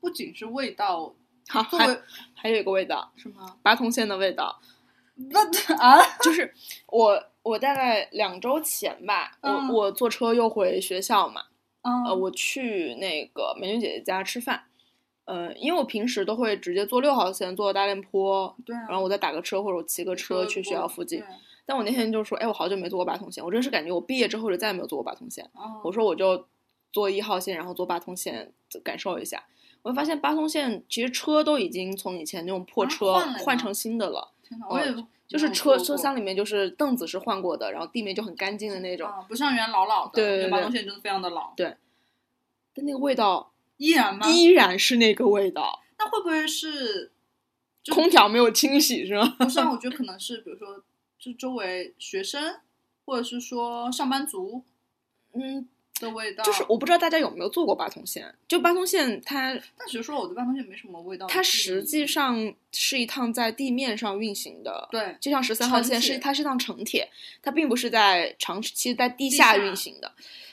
B: 不仅是味道，
C: 好，
B: 作
C: 啊还
B: 为
C: 还有一个味道，
B: 什么？
C: 八通线的味道。
B: 那 啊，
C: 就是我我大概两周前吧，
B: 嗯
C: 我我坐车又回学校嘛，呃，
B: 嗯
C: 我去那个美女姐姐家吃饭，呃，因为我平时都会直接坐六号线坐到大连坡，
B: 对啊，
C: 然后我再打个车或者我骑个车去学校附近
B: 对。，
C: 但我那天就说，哎，我好久没坐过八通线，我真是感觉我毕业之后就再也没有坐过八通线。
B: 嗯
C: 我说我就坐一号线，然后坐八通线感受一下。我就发现八通线其实车都已经从以前那种破
B: 啊
C: 车
B: 换了嗯吗
C: 换成新的了。
B: 天呐，
C: 我
B: 我也
C: 呃就是车车
B: 车
C: 厢里面就是凳子是换过的，然后地面就很干净的那种，
B: 啊，不像原来老老的，
C: 对对
B: 因为
C: 对
B: 马东线真的非常的老，
C: 但那个味道
B: 依然吗？
C: 依然是那个味道，
B: 那会不会是就
C: 空调没有清洗 是吗？
B: 不是啊，我觉得可能是比如说，就周围学生，或者是说上班族
C: 嗯，
B: 的味道。
C: 就是，我不知道大家有没有坐过八通线，就八通线它
B: 但其实说我对办东西没什么味道的记忆。
C: 它实际上是一趟在地面上运行的，
B: 对
C: 就像十三号
B: 城
C: 线
B: 铁
C: 是它是一趟城铁，它并不是在长期在地
B: 地
C: 下
B: 下
C: 运行的，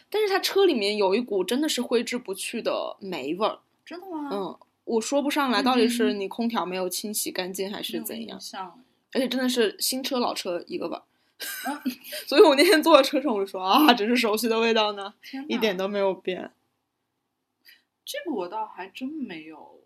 C: 但是它车里面有一股真的是挥之不去的霉味儿，
B: 真的吗？，
C: 嗯，我说不上来到底是
B: 嗯
C: 你空调没有清洗干净还是怎样。
B: 像
C: 而且真的是新车老车一个味儿。 所以我那天坐在车上，我就说啊，真是熟悉的味道呢，
B: 天哪
C: 一点都没有变。
B: 这个我倒还真没有。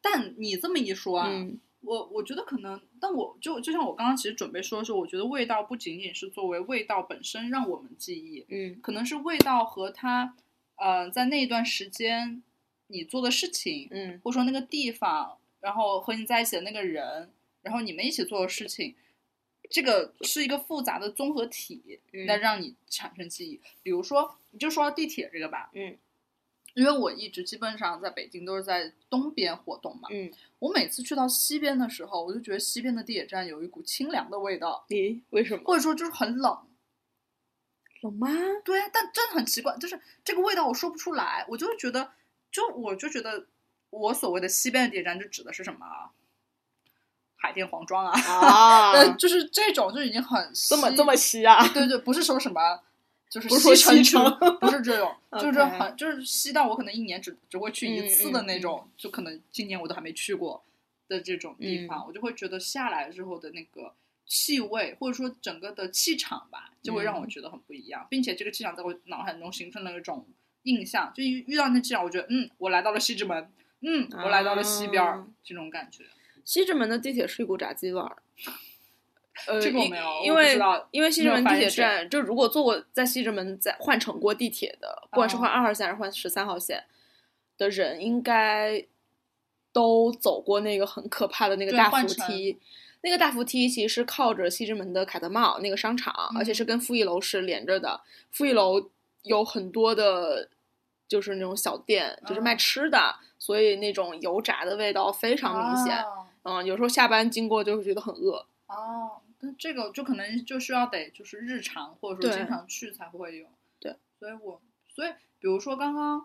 B: 但你这么一说啊，
C: 嗯，
B: 我我觉得可能，但我就就像我刚刚其实准备说的是，我觉得味道不仅仅是作为味道本身让我们记忆，
C: 嗯，
B: 可能是味道和它，呃，在那一段时间你做的事情，
C: 嗯，
B: 或者说那个地方，然后和你在一起的那个人，然后你们一起做的事情，这个是一个复杂的综合体，
C: 嗯
B: 那让你产生记忆。比如说，你就说到地铁这个吧，
C: 嗯，
B: 因为我一直基本上在北京都是在东边活动嘛，
C: 嗯，
B: 我每次去到西边的时候，我就觉得西边的地铁站有一股清凉的味道，
C: 咦，为什么？
B: 或者说就是很冷。
C: 有吗？
B: 对，啊但真的很奇怪，就是这个味道我说不出来，我就是觉得，就我就觉得，我所谓的西边的地铁站就指的是什么啊？海淀黄庄啊，
C: 啊
B: 呃， 就是这种就已经很
C: 这么
B: 西
C: 这么稀啊？
B: 对对，不是说什么，就是
C: 不是说
B: 西
C: 西
B: 城
C: 城
B: 区，不是这 种，就是很
C: OK
B: 就是西到我可能一年只只会去一
C: 嗯
B: 次的
C: 嗯
B: 那种，就可能今年我都还没去过的这种
C: 嗯
B: 地方，我就会觉得下来之后的那个气味，或者说整个的气场吧，就会让
C: 嗯
B: 我觉得很不一样，并且这个气场在我脑海中形成了一种印象，就一遇到那气场，我觉得嗯，我来到了西直门。嗯，我来到了西边儿、
C: 啊
B: 这种感觉，
C: 西直门的地铁是一股炸鸡 味儿。呃，
B: 这个我
C: 因
B: 没有我
C: 因
B: 不知
C: 为
B: 道
C: 因为西
B: 没
C: 直
B: 有
C: 门
B: 发
C: 地
B: 言
C: 铁
B: 权
C: 站，就如果坐过在西直门在换乘过地铁的，不管是
B: 哦
C: 换二号线还是换十三号线的人，应该都走过那个很可怕的那个
B: 对
C: 大
B: 换
C: 扶
B: 乘
C: 梯。那个大扶梯其实是靠着西直门的凯德茂那个商场，而且
B: 嗯
C: 是跟负一楼是连着的。负一楼有很多的，就是那种小店，就是卖
B: 嗯
C: 吃的，所以那种油炸的味道非常明显。
B: 啊
C: 嗯，有时候下班经过就会觉得很饿。
B: 哦，那这个就可能就需要得就是日常或者说
C: 对
B: 经常去才会有。
C: 对，
B: 所以我所以比如说刚刚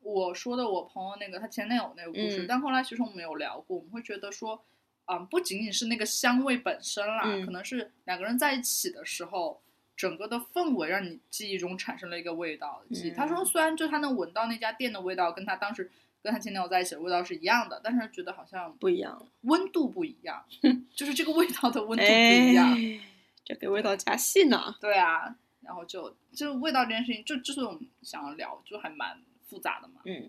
B: 我说的我朋友那个他前男友那个故事，
C: 嗯
B: 但后来其实我们有聊过，我们会觉得说，嗯，不仅仅是那个香味本身啦，
C: 嗯
B: 可能是两个人在一起的时候。整个的氛围让你记忆中产生了一个味道的记忆。他说，
C: 嗯
B: 虽然就他能闻到那家店的味道，跟他当时跟他前男友在一起的味道是一样的，但是觉得好像
C: 不一样，
B: 温度不一样， 就是这个味道的温度不一样。
C: 哎，这给味道加戏呢。
B: 对啊，然后就就味道这件事情，就就是我们想要聊，就还蛮复杂的嘛。
C: 嗯，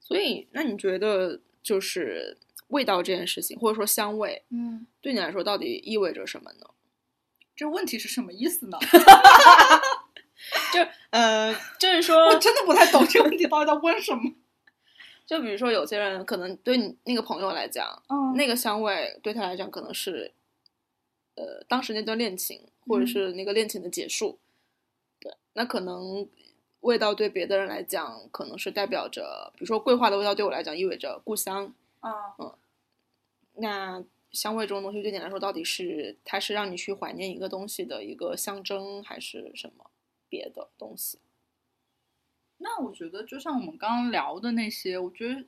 C: 所以那你觉得就是味道这件事情，或者说香味，
B: 嗯，
C: 对你来说到底意味着什么呢？
B: 这问题是什么意思呢？
C: 就呃，就是
B: 我
C: 说，
B: 真的不太懂这个问题到底在问什么。
C: 就比如说有些人可能对你那个朋友来讲，
B: 嗯
C: 那个香味对他来讲可能是，呃，当时那段恋情，或者
B: 嗯
C: 是那个恋情的结束。对，那可能味道对别的人来讲，可能是代表着，比如说桂花的味道对我来讲意味着故乡。
B: 啊，
C: 那香味这种东西对你来说到底是它是让你去怀念一个东西的一个象征，还是什么别的东西？
B: 那我觉得，就像我们刚刚聊的那些，我觉得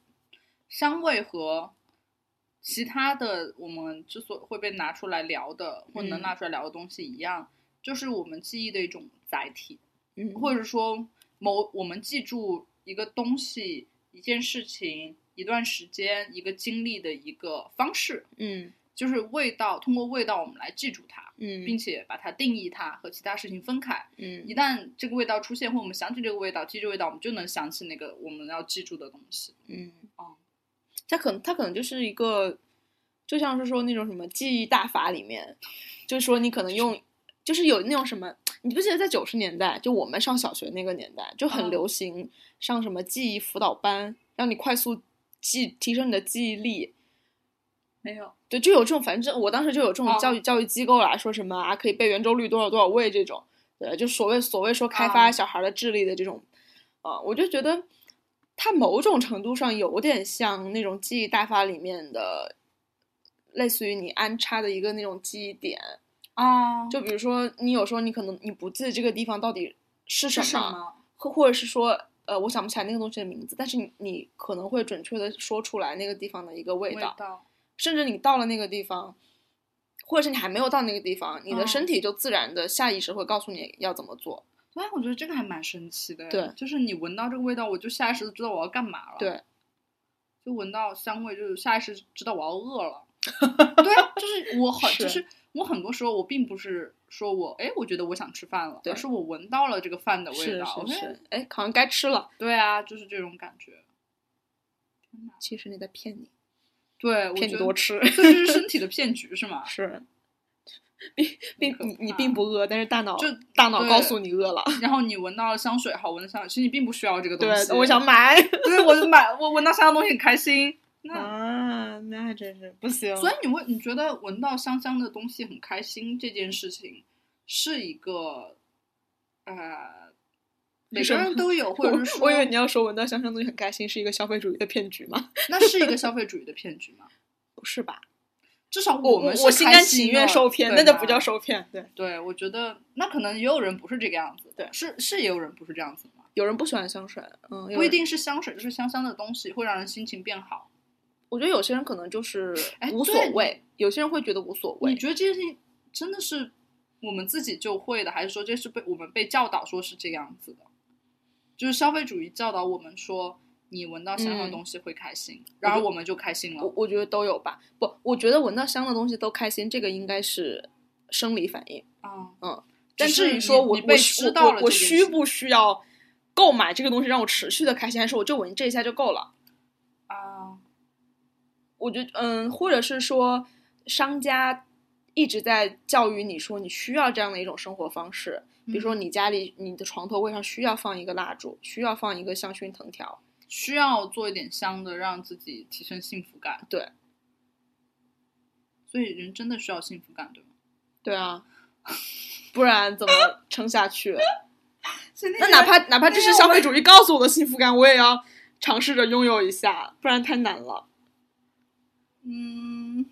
B: 香味和其他的我们之所以会被拿出来聊的，或能
C: 嗯
B: 拿出来聊的东西一样，就是我们记忆的一种载体，
C: 嗯
B: 或者说某我们记住一个东西、一件事情、一段时间、一个经历的一个方式，
C: 嗯
B: 就是味道，通过味道我们来记住它，
C: 嗯，
B: 并且把它定义它和其他事情分开。
C: 嗯
B: 一旦这个味道出现，或我们想起这个味道，记住味道，我们就能想起那个我们要记住的东西。
C: 嗯
B: 哦，
C: 它可能它可能就是一个，就像是说那种什么记忆大法里面，就是说你可能用，就是有那种什么，你不记得在九十年代，就我们上小学那个年代，就很
B: 嗯
C: 流行上什么记忆辅导班，让你快速记提升你的记忆力。
B: 没有，
C: 对，就有这种，反正我当时就有这种
B: 哦
C: 教育、教育机构啦，说什么啊可以背圆周率多少多少位这种，对，就所谓所谓说开发
B: 哦
C: 小孩的智力的这种，啊，我就觉得它某种程度上有点像那种记忆大法里面的，类似于你安插的一个那种记忆点，
B: 啊，
C: 就比如说你有时候你可能你不记得这个地方到底是什
B: 是
C: 么，
B: 什么？
C: 或或者是说。呃，我想不起来那个东西的名字，但是你你可能会准确的说出来那个地方的一个味
B: 味
C: 道，甚至你到了那个地方，或者是你还没有到那个地方，你的
B: 嗯
C: 身体就自然的下意识会告诉你要怎么做。
B: 对，哎我觉得这个还蛮神奇的。哎
C: 对
B: 就是你闻到这个味道，我就下意识地知道我要干嘛了。
C: 对，
B: 就闻到香味，就是下意识知道我要饿 了。对啊，就是我很，
C: 是
B: 就是我很多时候我并不是说我，哎，我觉得我想吃饭了，
C: 对
B: 而是我闻到了这个饭的味
C: 是
B: 道。
C: 是
B: OK，
C: 是，哎，好像该吃了。
B: 对啊，就是这种感觉。天哪！
C: 其实你在骗你，
B: 对，我
C: 骗你
B: 觉得
C: 多 吃。
B: 所以这是身体的骗局是吗？
C: 是，并
B: 可
C: 并你你
B: 怕
C: 并不饿，但是大脑
B: 就
C: 大脑
B: 对
C: 告诉你饿了。
B: 然后你闻到了香水，好闻的香水，其实你并不需要这个东
C: 对
B: 西。，嗯
C: 我想，买
B: 对，我就买，我闻到香的东西很开心。那、
C: 啊，那还真是不行
B: 所以你会，你觉得闻到香香的东西很开心这件事情，是一个呃，每
C: 是
B: 个
C: 吗
B: 人都有，或
C: 我
B: 者是说，
C: 我以为你要说闻到香香东西很开心是一个消费主义的骗局嘛？
B: 那是一个消费主义的骗局吗？
C: 不是吧？
B: 至少
C: 我
B: 们
C: 我
B: 是
C: 心
B: 开
C: 甘
B: 心
C: 情愿
B: 的
C: 受骗，
B: 对
C: 那就
B: 吧
C: 不叫受骗。对，
B: 对，我觉得那可能也有人不是这个样子，
C: 对
B: 是是也有人不是这样子吗？
C: 有人不喜欢香水，嗯，有
B: 不一
C: 人
B: 定是香水，就是香香的东西会让人心情变好。
C: 我觉得有些人可能就是
B: 哎
C: 无所
B: 对
C: 谓，有些人会觉得无所
B: 你
C: 谓。
B: 觉得这件事情真的是我们自己就会的，还是说这是被我们被教导说是这样子的？就是消费主义教导我们说，你闻到想要的
C: 嗯
B: 东西会开心，然
C: 我
B: 而
C: 觉
B: 我们就开心
C: 我
B: 了。
C: 我觉得都有吧。不，我觉得闻到香的东西都开心，这个应该是生理反应。
B: 啊，
C: 嗯，
B: 只
C: 但至
B: 是
C: 于
B: 你
C: 说我
B: 你
C: 我
B: 被
C: 需
B: 知道
C: 我
B: 了
C: 我
B: 这件
C: 需
B: 事
C: 不需要购买这个东西让我持续的开心，还是我就闻这一下就够了？
B: 啊，
C: 我觉得，嗯，或者是说商家一直在教育你说你需要这样的一种生活方式，比如说
B: 嗯
C: 你家里你的床头柜上需要放一个蜡烛，需要放一个香薰藤条，
B: 需要做一点香的，让自己提升幸福感。
C: 对，
B: 所以人真的需要幸福感，对吗？
C: 对啊，不然怎么撑下 去？
B: 那
C: 那哪怕哪怕这
B: 那
C: 是
B: 要
C: 消
B: 不
C: 费主义告诉我的幸福感，我也要尝试着拥有一下，不然太难了。
B: 嗯，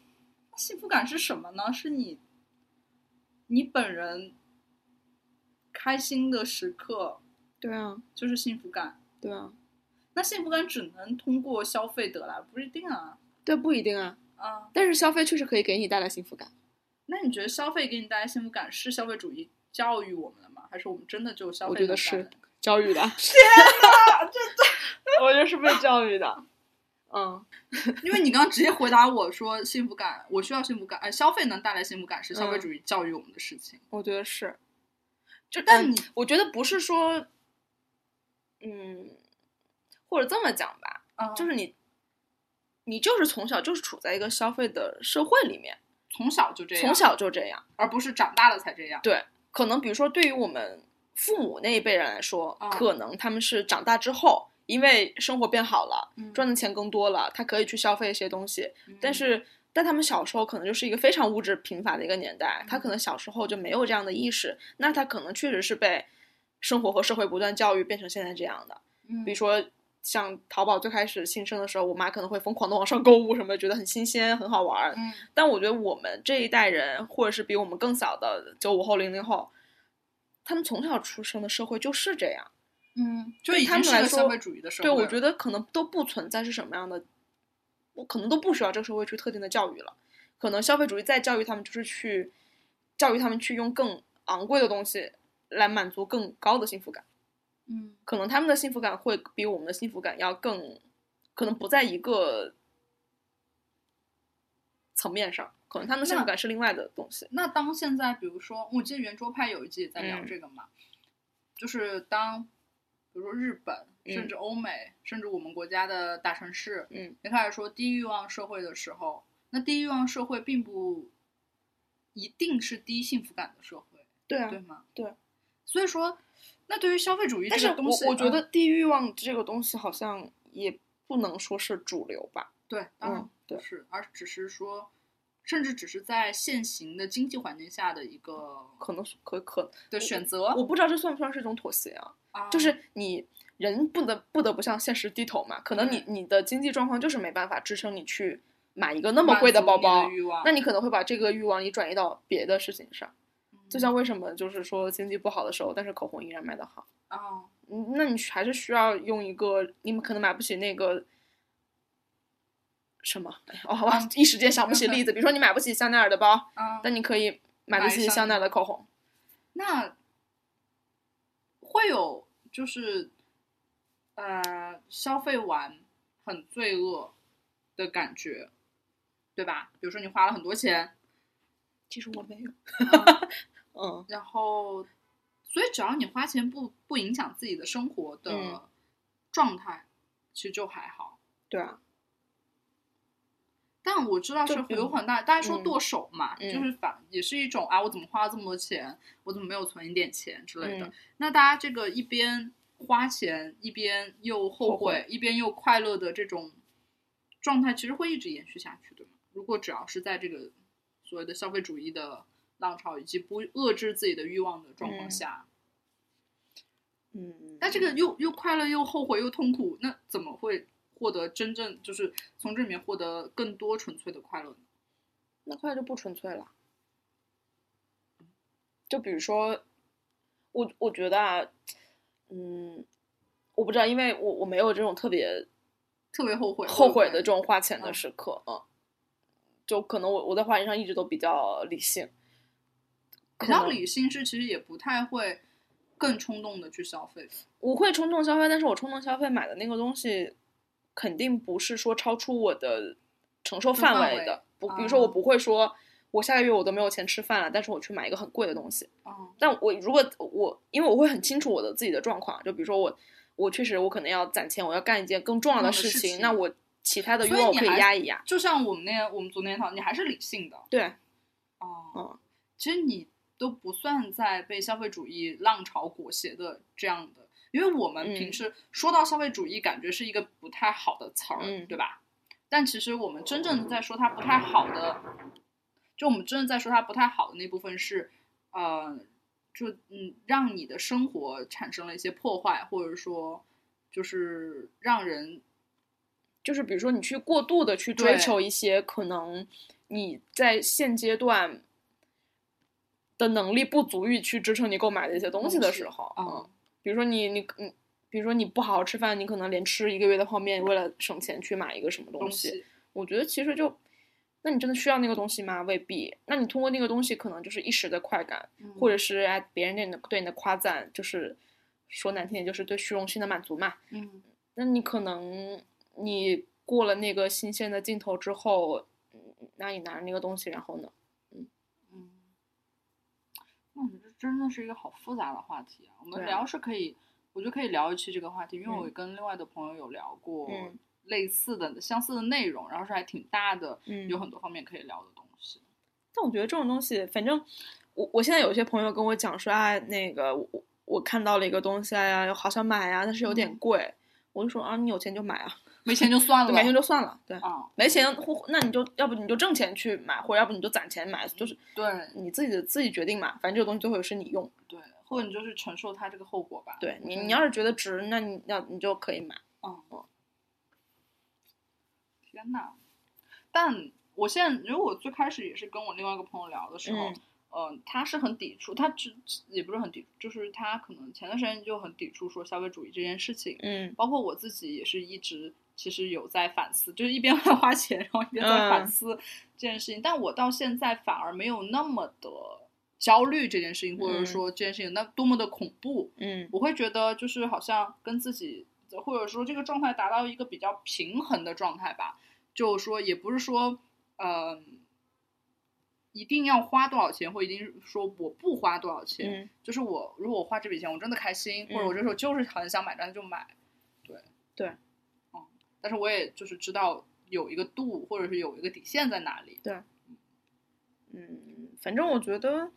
B: 幸福感是什么呢？是你你本人开心的时刻
C: 对啊，
B: 就是幸福感。
C: 对啊，
B: 那幸福感只能通过消费得来，不一定啊
C: 对不一定啊，
B: 啊！
C: 但是消费确实可以给你带来幸福感。
B: 那你觉得消费给你带来幸福感是消费主义教育我们的吗？还是我们真的就消费？
C: 我觉得是。教育的，天哪，这我就是被教育的。嗯，
B: 因为你刚刚直接回答我说幸福感，我需要幸福感，哎，消费能带来幸福感是消费
C: 嗯
B: 主义教育我们的事情。
C: 我觉得是。就
B: 但
C: 嗯
B: 你
C: 我觉得不是说，嗯，或者这么讲吧，
B: 啊
C: 就是你，你就是从小就是处在一个消费的社会里面，
B: 从小就这样，
C: 从小就这样。
B: 而不是长大了才这样。
C: 对，可能比如说对于我们父母那一辈人来说，
B: 嗯
C: 可能他们是长大之后，因为生活变好了，
B: 嗯
C: 赚的钱更多了，他可以去消费一些东西。
B: 嗯
C: 但是在他们小时候，可能就是一个非常物质贫乏的一个年代，他
B: 嗯
C: 可能小时候就没有这样的意识，那他可能确实是被生活和社会不断教育变成现在这样的。
B: 嗯，
C: 比如说像淘宝最开始兴盛的时候，我妈可能会疯狂的往上购物什么的，觉得很新鲜、很好玩儿。
B: 嗯，
C: 但我觉得我们这一代人，或者是比我们更小的九五后、零零后，他们从小出生的社会就是这样。
B: 嗯，就
C: 对
B: 已
C: 他
B: 经
C: 们
B: 是
C: 来
B: 个
C: 说
B: 消费主义的社会
C: 对，
B: 了。
C: 我觉得可能都不存在是什么样的，我可能都不需要这个社会去特定的教育了。可能消费主义再教育他们，就是去教育他们去用更昂贵的东西来满足更高的幸福感。
B: 嗯，
C: 可能他们的幸福感会比我们的幸福感要更，可能不在一个层面上，可能他们的幸福
B: 那
C: 感是另外的东西。
B: 那当现在比如说，我记得圆桌派有一集也在聊
C: 嗯
B: 这个嘛，就是当比如说日本，
C: 嗯
B: 甚至欧美，甚至我们国家的大城市，
C: 嗯，
B: 也开始说低欲望社会的时候，那低欲望社会并不一定是低幸福感的社会，
C: 对啊
B: 对吗？
C: 对，
B: 所以说，那对于消费主义
C: 但
B: 这
C: 是
B: 个东西，
C: 我我觉
B: 嗯
C: 得低欲望这个东西好像也不能说是主流吧。
B: 对，当然
C: 嗯，对
B: 不，是，而只是说，甚至只是在现行的经济环境下的一个
C: 可能是可可
B: 的选择
C: 我不知道这算不算是一种妥协啊？
B: 啊，
C: 就是你人不得不得不向现实低头嘛，可能你你的经济状况就是没办法支撑你去买一个那
B: 那
C: 么贵的包包，
B: 欲望，
C: 那你可能会把这个欲望你转移到别的事情上。
B: 嗯
C: 就像为什么就是说经济不好的时候，但是口红依然卖得好，
B: 啊，
C: 嗯那你还是需要用一个你们可能买不起那个。什么？哎呀哦，好吧， 一时间想不起例子。比如说，你买不起香奈儿的包，
B: 啊
C: 但你可以买得
B: 买
C: 起
B: 香
C: 香奈儿的口红。
B: 那会有就是呃消费完很罪恶的感觉，对吧？比如说你花了很多钱，
C: 其实我没有。
B: 啊
C: 嗯，
B: 然后所以只要你花钱不不影响自己的生活的
C: 嗯
B: 状态，其实就还好。
C: 对啊，
B: 但我知道
C: 就是比
B: 有
C: 如
B: 很大，大家说
C: 嗯
B: 剁手嘛，
C: 嗯
B: 就是反也是一种啊，我怎么花这么多钱，我怎么没有存一点钱之类的。
C: 嗯
B: 那大家这个一边花钱，一边又后悔，
C: 后悔
B: 一边又快乐的这种状态，其实会一直延续下去的嘛。如果只要是在这个所谓的消费主义的浪潮以及不遏制自己的欲望的状况
C: 嗯
B: 下，
C: 嗯，
B: 那这个又又快乐又后悔又痛苦，那怎么会获得真正就是从这里面获得更多纯粹的快乐呢？
C: 那快就不纯粹了。就比如说，我我觉得啊，嗯，我不知道，因为我我没有这种特别
B: 特别后悔，
C: 后悔
B: 对
C: 的这种花钱的
B: 嗯
C: 时刻，嗯，就可能我我在花钱上一直都比较理性，
B: 比
C: 可
B: 较
C: 能
B: 理性是其实也不太会更冲动的去消费。
C: 我会冲动消费，但是我冲动消费买的那个东西，肯定不是说超出我的承受范
B: 范围
C: 围啊的。不，比如
B: 哦
C: 说我不会说，我下个月我都没有钱吃饭了，但是我去买一个很贵的东西。
B: 嗯
C: 但我如果我，因为我会很清楚我的自己的状况，就比如说我，我确实我可能要攒钱，我要干一件更重要
B: 重要
C: 的
B: 的
C: 事
B: 事情
C: 那我其他的欲
B: 所以
C: 望我
B: 你
C: 可以
B: 还
C: 压一压。
B: 就像我们那天我们昨天讨论，你还是理性的
C: 对，
B: 哦
C: 嗯
B: 其实你都不算在被消费主义浪潮裹挟的这样的，因为我们
C: 嗯
B: 平时说到消费主义，感觉是一个不太好的词儿，
C: 嗯
B: 对吧？但其实我们真正在说它不太好的，就我们真正在说它不太好的那部分是，呃，就嗯，让你的生活产生了一些破坏，或者说就是让人
C: 就是比如说你去过度的去
B: 对
C: 追求一些可能你在现阶段的能力不足以去支撑你购买的一些东西的时候，
B: 啊、
C: 嗯，比如说你你你，比如说你不好好吃饭，你可能连吃一个月的泡面，为了省钱去买一个什么
B: 东
C: 东西，我觉得其实就。那你真的需要那个东西吗？未必。那你通过那个东西，可能就是一时的快感，
B: 嗯
C: 或者是哎别人对你的对你的夸赞，就是说难听点，就是对虚荣心的满足嘛。
B: 嗯
C: 那你可能你过了那个新鲜的镜头之后，嗯那你拿着那个东西，然后呢？
B: 嗯，那我们这真的是一个好复杂的话题啊。我们
C: 对啊
B: 聊是可以，我觉得可以聊一期这个话题，因为我
C: 嗯
B: 跟另外的朋友有聊过
C: 嗯
B: 类似的、相似的内容，然后是还挺大的，
C: 嗯
B: 有很多方面可以聊的东西。
C: 但我觉得这种东西，反正我我现在有些朋友跟我讲说，哎，那个我我我看到了一个东西，哎呀，好想买呀、但是有点
B: 嗯
C: 贵。我就说啊，你有钱就买啊，
B: 没钱就算了，
C: 对没钱就算了，对，
B: 啊，
C: 没钱或那你就要不你就挣钱去买，或者要不你就攒钱买，就是
B: 对
C: 你自己的自己决定嘛。反正这个东西最后也是你用，
B: 对，或者你就是承受它这个后果吧。
C: 对你
B: 嗯
C: 你要是觉得值，那你要你就可以买。
B: 嗯，天呐！但我现在，因为我最开始也是跟我另外一个朋友聊的时候，
C: 嗯
B: 呃，他是很抵触，他只也不是很抵触，就是他可能前段时间就很抵触说消费主义这件事情，
C: 嗯
B: 包括我自己也是一直其实有在反思，就是一边花钱，然后一边在反
C: 嗯
B: 思这件事情。但我到现在反而没有那么的焦虑这件事情，或者
C: 嗯
B: 说这件事情那多么的恐怖。
C: 嗯
B: 我会觉得就是好像跟自己，或者说这个状态达到一个比较平衡的状态吧。就是说，也不是说，呃，一定要花多少钱，或一定说我不花多少钱。
C: 嗯
B: 就是我如果我花这笔钱，我真的开心，或者
C: 嗯
B: 我这时候就是很想买单就买，对
C: 对，
B: 嗯，但是我也就是知道有一个度，或者是有一个底线在哪里。
C: 嗯，反正我觉得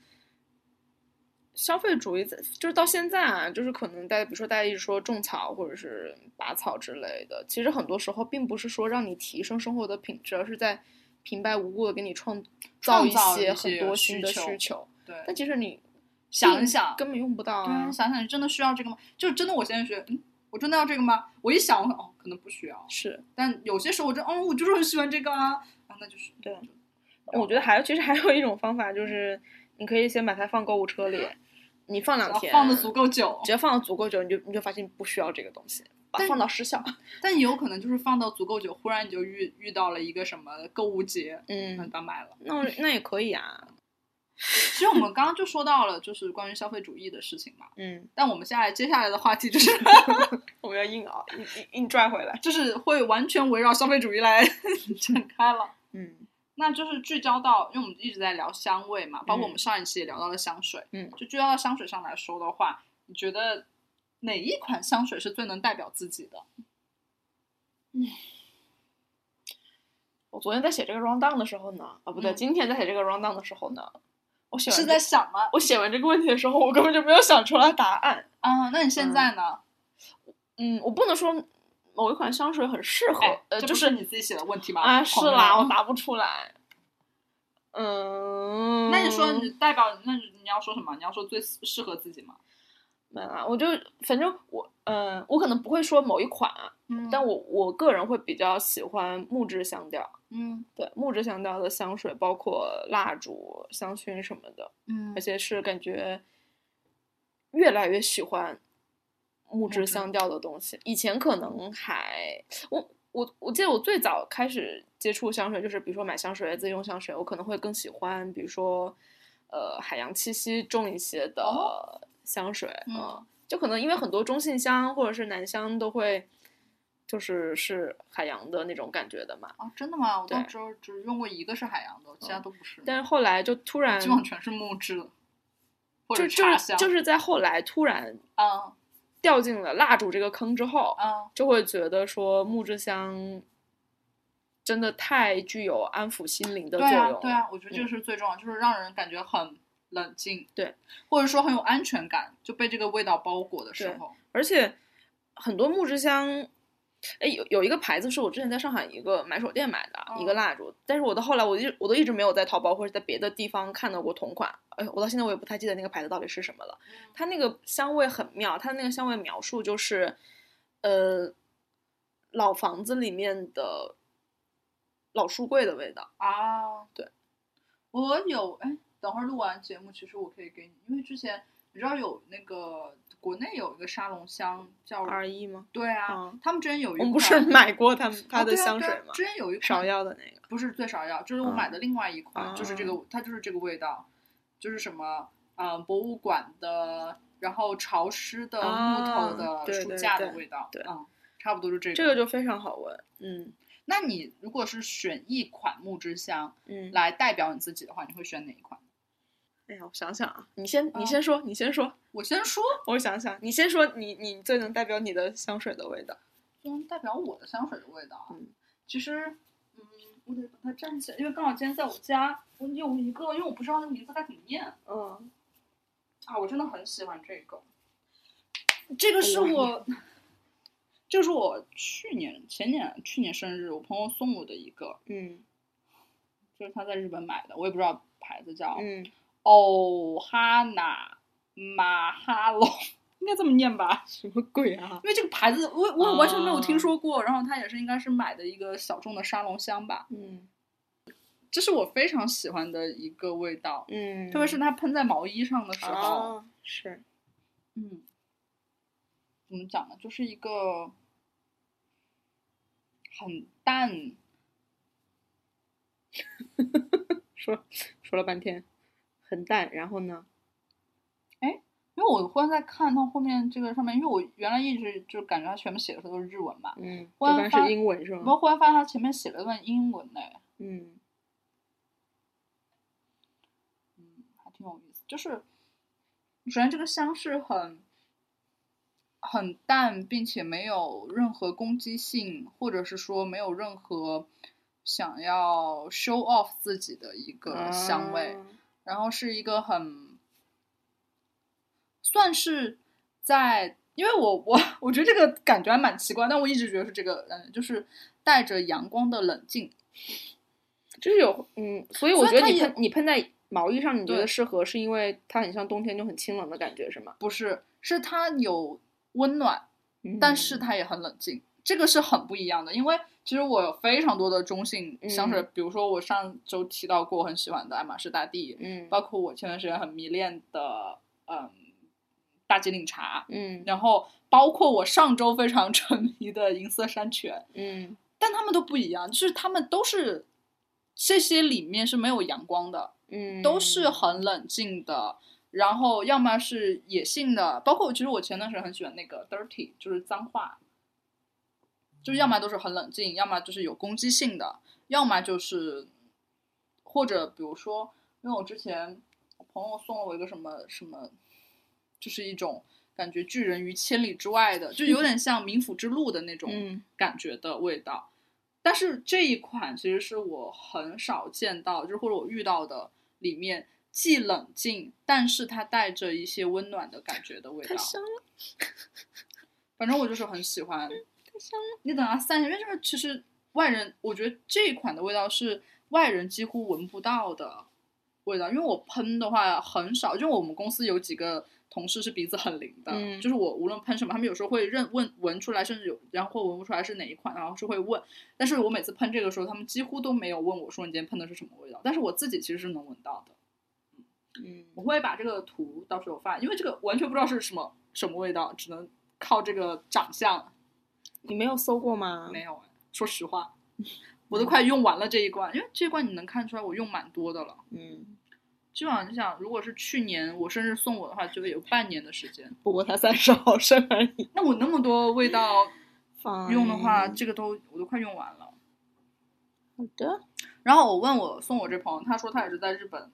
C: 消费主义在就是到现在啊，就是可能大家比如说大家一直说种草或者是拔草之类的，其实很多时候并不是说让你提升生活的品质，而是在平白无故的给你创
B: 创
C: 造一
B: 造一
C: 些
B: 些
C: 很多新
B: 需
C: 的
B: 求
C: 需求。
B: 对，
C: 但其实你
B: 想一
C: 并
B: 想，
C: 根本用不到
B: 对啊，
C: 啊。
B: 想想真的需要这个吗？就是真的，我现在觉得，嗯，我真的要这个吗？我一想，我说哦，可能不需要。
C: 是，
B: 但有些时候我真，哦，我就是很喜欢这个啊，啊，那就是
C: 对我觉得还有其实还有一种方法就是，你可以先把它放购物车里，你放两
B: 然后
C: 天，
B: 放的足够久，
C: 只要放的足够久，你就你就发现你不需要这个东西，把它
B: 但
C: 放到失效。
B: 但也有可能就是放到足够久，忽然你就遇遇到了一个什么购物节，那你
C: 嗯，
B: 把它买了。
C: 那我那也可以啊。
B: 其实我们刚刚就说到了，就是关于消费主义的事情嘛。
C: 嗯，
B: 但我们现在接下来的话题就是
C: 我们要硬熬，硬硬硬拽回来。
B: 就是会完全围绕消费主义来 展开了。
C: 嗯
B: 那就是聚焦到，因为我们一直在聊香味嘛，包括我们上一期也聊到了香水，
C: 嗯
B: 就聚焦到香水上来说的话，你觉得哪一款香水是最能代表自己的？
C: 我昨天在写这个 round down 的时候呢，啊不对，
B: 嗯
C: 今天在写这个 round down 的时候呢，我写完
B: 是
C: 这
B: 在想吗？
C: 我写完这个问题的时候，我根本就没有想出来答案。
B: 啊、那你现在呢？
C: 嗯，我不能说某一款香水很适合，
B: 哎，
C: 呃，
B: 这
C: 就
B: 不
C: 是
B: 是你自己写的问题吗？
C: 啊，是
B: 朋友
C: 啦，我答不出来。嗯，
B: 那你说你代表，那你要说什么？你要说最适合自己吗？
C: 没啦，我就反正我嗯，我可能不会说某一款啊，
B: 嗯
C: 但我我个人会比较喜欢木质香调，
B: 嗯
C: 对木质香调的香水，包括蜡烛、香薰什么的，
B: 嗯
C: 而且是感觉越来越喜欢木
B: 质
C: 质香调的东西。以前可能还我我我记得我最早开始接触香水，就是比如说买香水自己用香水，我可能会更喜欢，比如说呃海洋气息重一些
B: 哦
C: 的香水，
B: 嗯
C: 呃就可能因为很多中性香或者是男香都会。就是是海洋的那种感觉的嘛，
B: 啊，真的吗？我
C: 对
B: 倒
C: 嗯
B: 只有只用过一个是海洋的，其他都不是。
C: 但是后来就突然
B: 基本上全是木质的，或者
C: 就就
B: 茶
C: 是
B: 香。
C: 就是在后来突然
B: 啊
C: 掉进了蜡烛这个坑之后，
B: 啊
C: 就会觉得说木质香真的太具有安抚心灵的
B: 对
C: 作用
B: 啊
C: 了。
B: 对啊，我觉得这个是最重要，就是让人感觉很冷静，
C: 对，
B: 或者说很有安全感，就被这个味道包裹的时
C: 对
B: 候，
C: 而且很多木质香，哎，有有一个牌子是我之前在上海一个买手店买的、
B: 嗯
C: 一个蜡烛，但是我到后来我一我都一直没有在淘宝或者在别的地方看到过同款，哎，我到现在我也不太记得那个牌子到底是什么了。
B: 嗯
C: 它那个香味很妙，它那个香味描述就是，呃，老房子里面的老书柜的味道。
B: 啊，
C: 对。
B: 我有哎，等会儿录完节目，其实我可以给你，因为之前你知道有那个国内有一个沙龙香叫
C: R E 吗？
B: 对哦啊，
C: 嗯
B: 他们之前有一
C: 我
B: 款
C: 们不是买过他们
B: 啊
C: 他的
B: 对啊
C: 香
B: 对
C: 水
B: 啊
C: 吗？
B: 之前有一款
C: 芍药的那个。
B: 不是最少要，就是我买的另外一款，
C: 嗯
B: 就是这个，它就是这个味道，就是什么，嗯、博物馆的，然后潮湿的木头
C: 啊
B: 的
C: 对
B: 书
C: 对
B: 架的
C: 对
B: 味道，
C: 对
B: 嗯，差不多就这个。
C: 这个就非常好闻，嗯
B: 那你如果是选一款木质香
C: 嗯，
B: 来代表你自己的话，你会选哪一款？
C: 哎呀，我想想啊，你先
B: 嗯
C: 你先说，你先说，
B: 我先说，
C: 我想想，你先说你你最能代表你的香水的味道。
B: 嗯，代表我的香水的味道啊。
C: 嗯
B: 其实，嗯，我得把它站起来，因为刚好今天在我家，我有一个，因为我不知道那个名字该怎么念
C: 嗯，
B: 啊，我真的很喜欢这个。这个是我，这是我去年、前年、去年生日，我朋友送我的一个，
C: 嗯
B: 就是他在日本买的，我也不知道牌子叫哦
C: 嗯，
B: 欧哈娜马哈龙， 应该这么念吧？
C: 什么鬼啊？
B: 因为这个牌子我我完全没有听说过，然后它也是应该是买的一个小众的沙龙香吧，
C: 嗯
B: 这是我非常喜欢的一个味道，
C: 嗯，
B: 特别是它喷在毛衣上的时候，
C: 啊，是
B: 嗯，怎么讲呢？就是一个很淡，
C: 说说了半天，很淡，然后呢？
B: 因为我忽然在看它后面这个上面，因为我原来一直就感觉它全部写的都是日文嘛，
C: 嗯，这
B: 官
C: 般
B: 方
C: 是英文是
B: 不
C: 吗
B: 过？忽然发现它前面写了段英文呢，
C: 嗯
B: 嗯，还挺有意思。就是首先这个香是很很淡，并且没有任何攻击性，或者是说没有任何想要 show off 自己的一个香味。
C: 啊
B: 然后是一个很算是在，因为我我我觉得这个感觉还蛮奇怪，但我一直觉得是这个，嗯，就是带着阳光的冷静。
C: 就是有嗯，所以我
B: 所以
C: 觉
B: 它
C: 得你
B: 也
C: 喷你喷在毛衣上，你觉
B: 对
C: 得适合，是因为它很像冬天就很清冷的感觉是吗？
B: 不是，是它有温暖，但是
C: 嗯
B: 它也很冷静，这个是很不一样的。因为其实我有非常多的中性香水，
C: 嗯
B: 比如说我上周提到过我很喜欢的爱马仕大地，
C: 嗯
B: 包括我前段时间很迷恋的嗯大吉岭茶，
C: 嗯
B: 然后包括我上周非常 沉迷的银色山泉，
C: 嗯
B: 但它们都不一样，就是它们都是这些里面是没有阳光的，
C: 嗯，
B: 都是很冷静的，然后要么是野性的，包括我其实我前段时间很喜欢那个 dirty，就是脏话，就是要么都是很冷静，要么就是有攻击性的，要么就是或者比如说，因为我之前我朋友送了我一个什么什么，就是一种感觉拒人于千里之外的，就有点像冥府之路的那种
C: 嗯
B: 感觉的味道。但是这一款其实是我很少见到，就是或者我遇到的里面既冷静，但是它带着一些温暖的感觉的味道
C: 太。香了，
B: 反正我就是很喜欢。
C: 哎太香了，
B: 你等它散，因为就是其实外人，我觉得这一款的味道是外人几乎闻不到的味道，因为我喷的话很少，因为我们公司有几个同事是鼻子很灵的，
C: 嗯
B: 就是我无论喷什么，他们有时候会认问闻出来，甚至有然后闻不出来是哪一款，然后是会问，但是我每次喷这个时候，他们几乎都没有问我说你今天喷的是什么味道，但是我自己其实是能闻到的。
C: 嗯
B: 我会把这个图到时候发，因为这个完全不知道是什么什么味道，只能靠这个长相。
C: 你没有搜过吗？
B: 没有哎，说实话，我都快用完了这一罐，因为这一罐你能看出来我用蛮多的了。
C: 嗯，
B: 基本上你想，如果是去年我生日送我的话，就有半年的时间。
C: 不过才三十毫升而已。
B: 那我那么多味道用的话，
C: Fine
B: 这个都我都快用完了。
C: 好的，
B: 然后我问我送我这朋友，他说他也是在日本，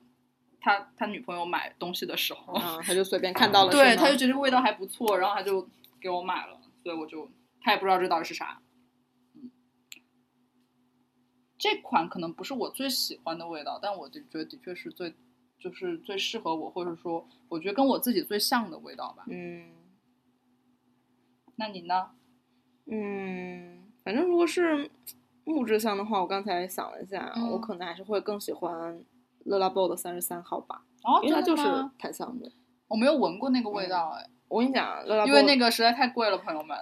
B: 他他女朋友买东西的时候，
C: 啊，他就 随便看到了，
B: 对，
C: 是吗
B: 他就觉得这个味道还不错，然后他就给我买了，所以我就他也不知道这到底是啥。嗯，这款可能不是我最喜欢的味道，但我的觉得的确是最，就是最适合我，或者说我觉得跟我自己最像的味道吧。
C: 嗯。
B: 那你呢？
C: 嗯，反正如果是木质香的话，我刚才想了一下，
B: 嗯
C: 我可能还是会更喜欢乐拉 b 的三十三号吧，
B: 哦，
C: 因为它
B: 真
C: 就
B: 的
C: 是嗯
B: 吗
C: 檀香的。
B: 我没有闻过那个味道哎，
C: 我跟你讲，啊乐拉
B: 因为
C: Bow-
B: 那个实在太贵了，朋友 们。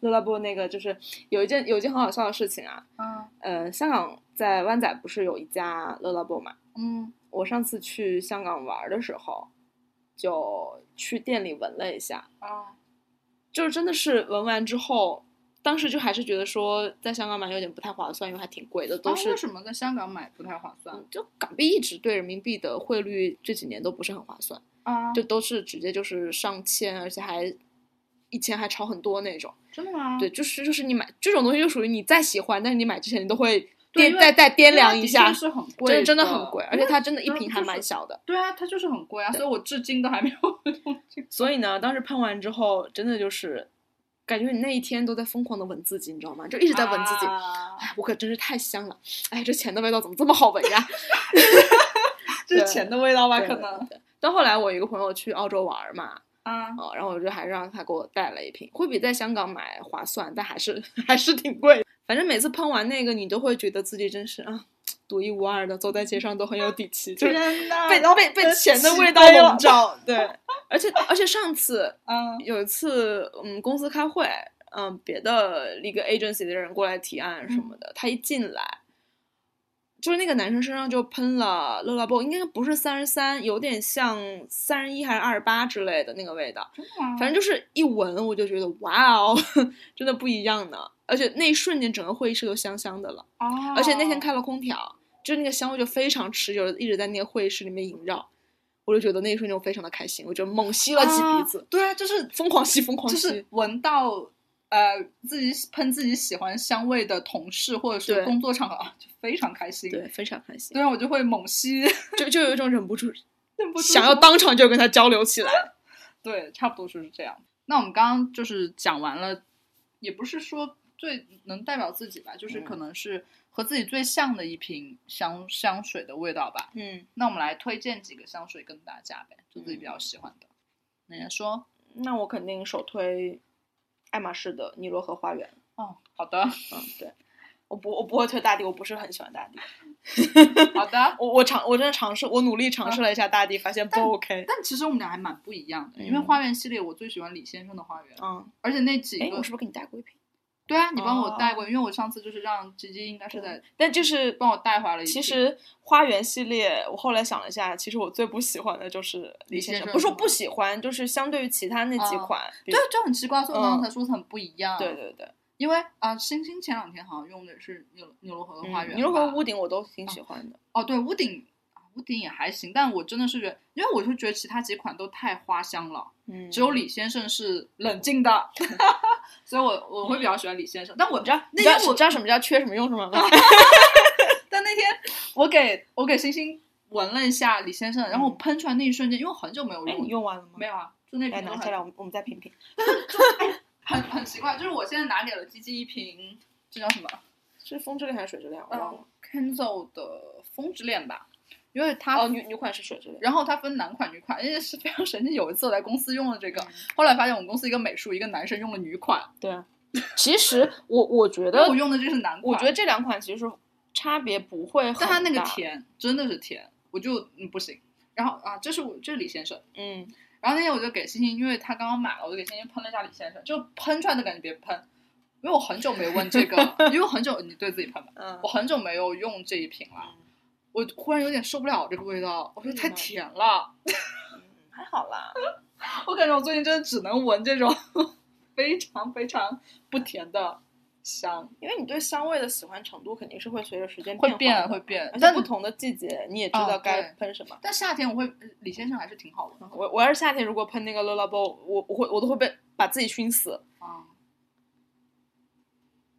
C: 乐拉 b 那个就是有一件有一件很好笑的事情啊，
B: 嗯
C: 呃，香港在湾仔不是有一家乐拉 b 嘛？
B: 嗯
C: 我上次去香港玩儿的时候，就去店里闻了一下，
B: 啊
C: 就是真的是闻完之后，当时就还是觉得说在香港买有点不太划算，因为还挺贵的，都
B: 啊
C: 哦是、
B: 为什么在香港买不太划算
C: 嗯就港币一直对人民币的汇率这几年都不是很划算，
B: 啊？
C: 就都是直接就是上千，而且还一千还超很多那种。
B: 真的吗？
C: 对，就是就是你买这种东西就属于你再喜欢，但是你买之前你都会
B: 对
C: 掂
B: 因为
C: 再再掂
B: 因为它
C: 量
B: 的
C: 一
B: 确
C: 下，
B: 是很贵，
C: 真的真的很贵，而且它真的一
B: 就是
C: 瓶还
B: 就是
C: 蛮小的。
B: 对啊，它就是很贵啊，
C: 对
B: 所以我至今都还没有用这个。
C: 所以呢，当时喷完之后，真的就是感觉你那一天都在疯狂的闻自己，你知道吗？就一直在闻自己。
B: 啊
C: 哎，我可真是太香了！哎，这钱的味道怎么这么好闻呀？
B: 这
C: 对
B: 是钱的味道吧？
C: 对
B: 可
C: 对
B: 能
C: 到后来，我有一个朋友去澳洲玩儿嘛，
B: 啊，
C: 啊、然后我就还让他给我带了一瓶，会比在香港买划算，但还是 还是挺贵。反正每次喷完那个，你都会觉得自己真是啊，独一无二的，走在街上都很有底气，就是
B: 天呐
C: 被然后被被
B: 真
C: 钱的
B: 起
C: 味道
B: 飞了
C: 笼罩。对， 而且而且上次
B: 嗯
C: 有一次，嗯，公司开会，嗯，别的一个 agency 的人过来提案什么的，他一进来，就是那个男生身上就喷了乐乐布，应该不是三十三，有点像三十一还是二十八之类的那个味道，
B: 真的吗？
C: 反正就是一闻我就觉得哇哦， 真的不一样呢。而且那一瞬间，整个会议室都香香的了，
B: 啊，
C: 而且那天开了空调，就那个香味就非常持久，一直在那个会议室里面萦绕。我就觉得那一瞬间我非常的开心，我就猛吸了几鼻子
B: 啊，对啊，就是
C: 疯狂吸，疯狂
B: 就
C: 吸，
B: 是闻到呃自己喷自己喜欢香味的同事或者是
C: 对
B: 工作场合，啊就非常开心。
C: 对，非常开心，
B: 对啊，我就会猛吸，
C: 就就有一种忍不住
B: 忍不住
C: 想要当场就跟他交流起来。
B: 对，差不多就是这样。那我们刚刚就是讲完了，也不是说最能代表自己吧，
C: 嗯
B: 就是可能是和自己最像的一瓶香香水的味道吧。
C: 嗯，
B: 那我们来推荐几个香水跟大家呗，就自己比较喜欢的。那人家说，
C: 那我肯定首推爱马仕的尼罗河花园。
B: 哦，好的，
C: 嗯，对，我不我不会推大地，我不是很喜欢大地。
B: 好的。
C: 我我尝我真的尝试，我努力尝试了一下大地，发现不 OK。
B: 但其实我们俩还蛮不一样的，因为
C: 嗯
B: 花园系列我最喜欢李先生的花园，
C: 嗯，
B: 而且那几
C: 哎，
B: 个
C: 我是不是给你带过一瓶？
B: 对啊，你帮我
C: 哦
B: 带过，因为我上次就是让吉吉应该是在
C: 但就是
B: 帮我带回来了一瓶。
C: 其实花园系列，我后来想了一下，其实我最不喜欢的就是
B: 李
C: 李先
B: 先
C: 生，
B: 生
C: 不
B: 是
C: 是说
B: 吗
C: 不喜欢，就是相对于其他那几
B: 嗯
C: 款，比
B: 对，啊就很奇怪，所以我刚
C: 嗯
B: 才说很不一样。
C: 对对对，
B: 因为啊，星星前两天好像用的是牛牛罗河的花园吧，
C: 嗯尼罗河屋顶我都挺喜欢的。
B: 哦，对，屋顶啊屋顶也还行，但我真的是觉得，因为我就觉得其他几款都太花香了，
C: 嗯，
B: 只有李先生是冷静 的，所以我我会比较喜欢李先生。但我
C: 你知道
B: 那
C: 你知道
B: 天我
C: 你知道什么叫缺什么用什么 吗？
B: 但那天我给我给星星闻了一下李先生，然后我喷出来那一瞬间，因为我很久没有
C: 嗯哎，
B: 用，
C: 你用完了吗？
B: 没有啊，就那瓶
C: 哎，
B: 都
C: 拿
B: 很
C: 下来，我们我们再品品。
B: 很很奇怪，就是我现在拿给了鸡鸡一瓶，这叫什么？
C: 是风之恋还是水之恋？我
B: 嗯
C: 忘了。
B: ，Kenzo 的风之恋吧，因为它
C: 哦，女女款是水之恋。
B: 啊然后它分男款、女款，因为是非常神奇。有一次我在公司用了这个，
C: 嗯
B: 后来发现我们公司一个美术一个男生用了女款，
C: 对啊。其实我我觉
B: 但
C: 得
B: 我，用的这是男款。
C: 我觉得，这两款其实差别不会很大。
B: 但他那个甜真的是甜，我就嗯不行。然后啊，这是我这是李先生，
C: 嗯，
B: 然后那天我就给星星，因为他刚刚买了，我就给星星喷了一下李先生，就喷出来的感觉别喷，因为我很久没闻这个，因为我很久你对自己喷吧，
C: 嗯
B: 我很久没有用这一瓶了，我忽然有点受不了这个味道，我觉得太甜了，
C: 还好啦。
B: 我感觉我最近真的只能闻这种 非常非常不甜的香，
C: 因为你对香味的喜欢程度肯定是会随着时间
B: 会
C: 变
B: 变
C: 化的
B: 会变
C: 而，且
B: 但
C: 不同的季节你也知
B: 哦
C: 道该
B: 对
C: 喷什么。
B: 但夏天我会呃李先生还是挺好闻的
C: 我我要是夏天如果喷那个 Lola b o 我我会我都会被把自己熏死。
B: 啊，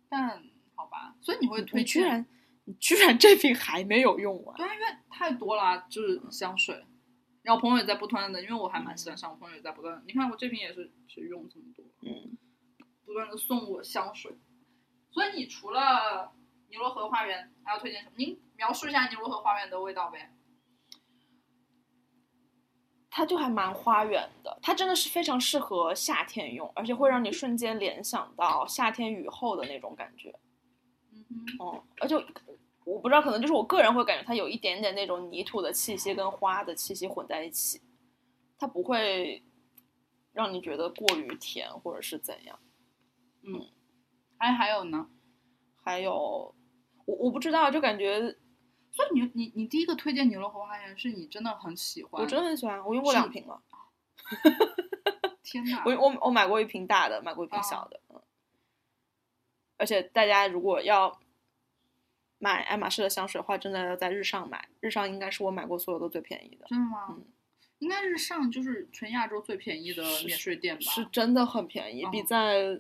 B: 但好吧，所以你会推
C: 你居
B: 荐
C: 然你居然 这瓶还没有用完。
B: 对啊，因为太多啦、就是香水。然后我朋友也在不断的，因为我还蛮喜欢香，我朋友也在不断的。你看我这瓶也是只用这么多，
C: 嗯，
B: 不断的送我香水。所以你除了尼罗河花园，还要推荐什么？您描述一下尼罗河花园的味道呗。
C: 它就还蛮花园的，它真的是非常适合夏天用，而且会让你瞬间联想到夏天雨后的那种感觉。
B: 嗯哼，
C: 嗯，而且我不知道，可能就是我个人会感觉它有一点点那种泥土的气息跟花的气息混在一起，它不会让你觉得过于甜或者是怎样。
B: 还哎还有呢？
C: 还有，我我不知道，就感觉
B: 所以你你你第一个推荐尼罗河花园是你真的很喜欢，
C: 我真的很喜欢，我用过
B: 是
C: 两瓶了，
B: 天哪！
C: 我我我买过一瓶大的，买过一瓶小的，嗯。而且大家如果要买爱马仕的香水的话，真的要在日上买，日上应该是我买过所有的最便宜的，
B: 真的吗？
C: 嗯
B: 应该是上就是全亚洲最便宜的
C: 是
B: 免税店吧？
C: 是真的很便宜，
B: 嗯
C: 比在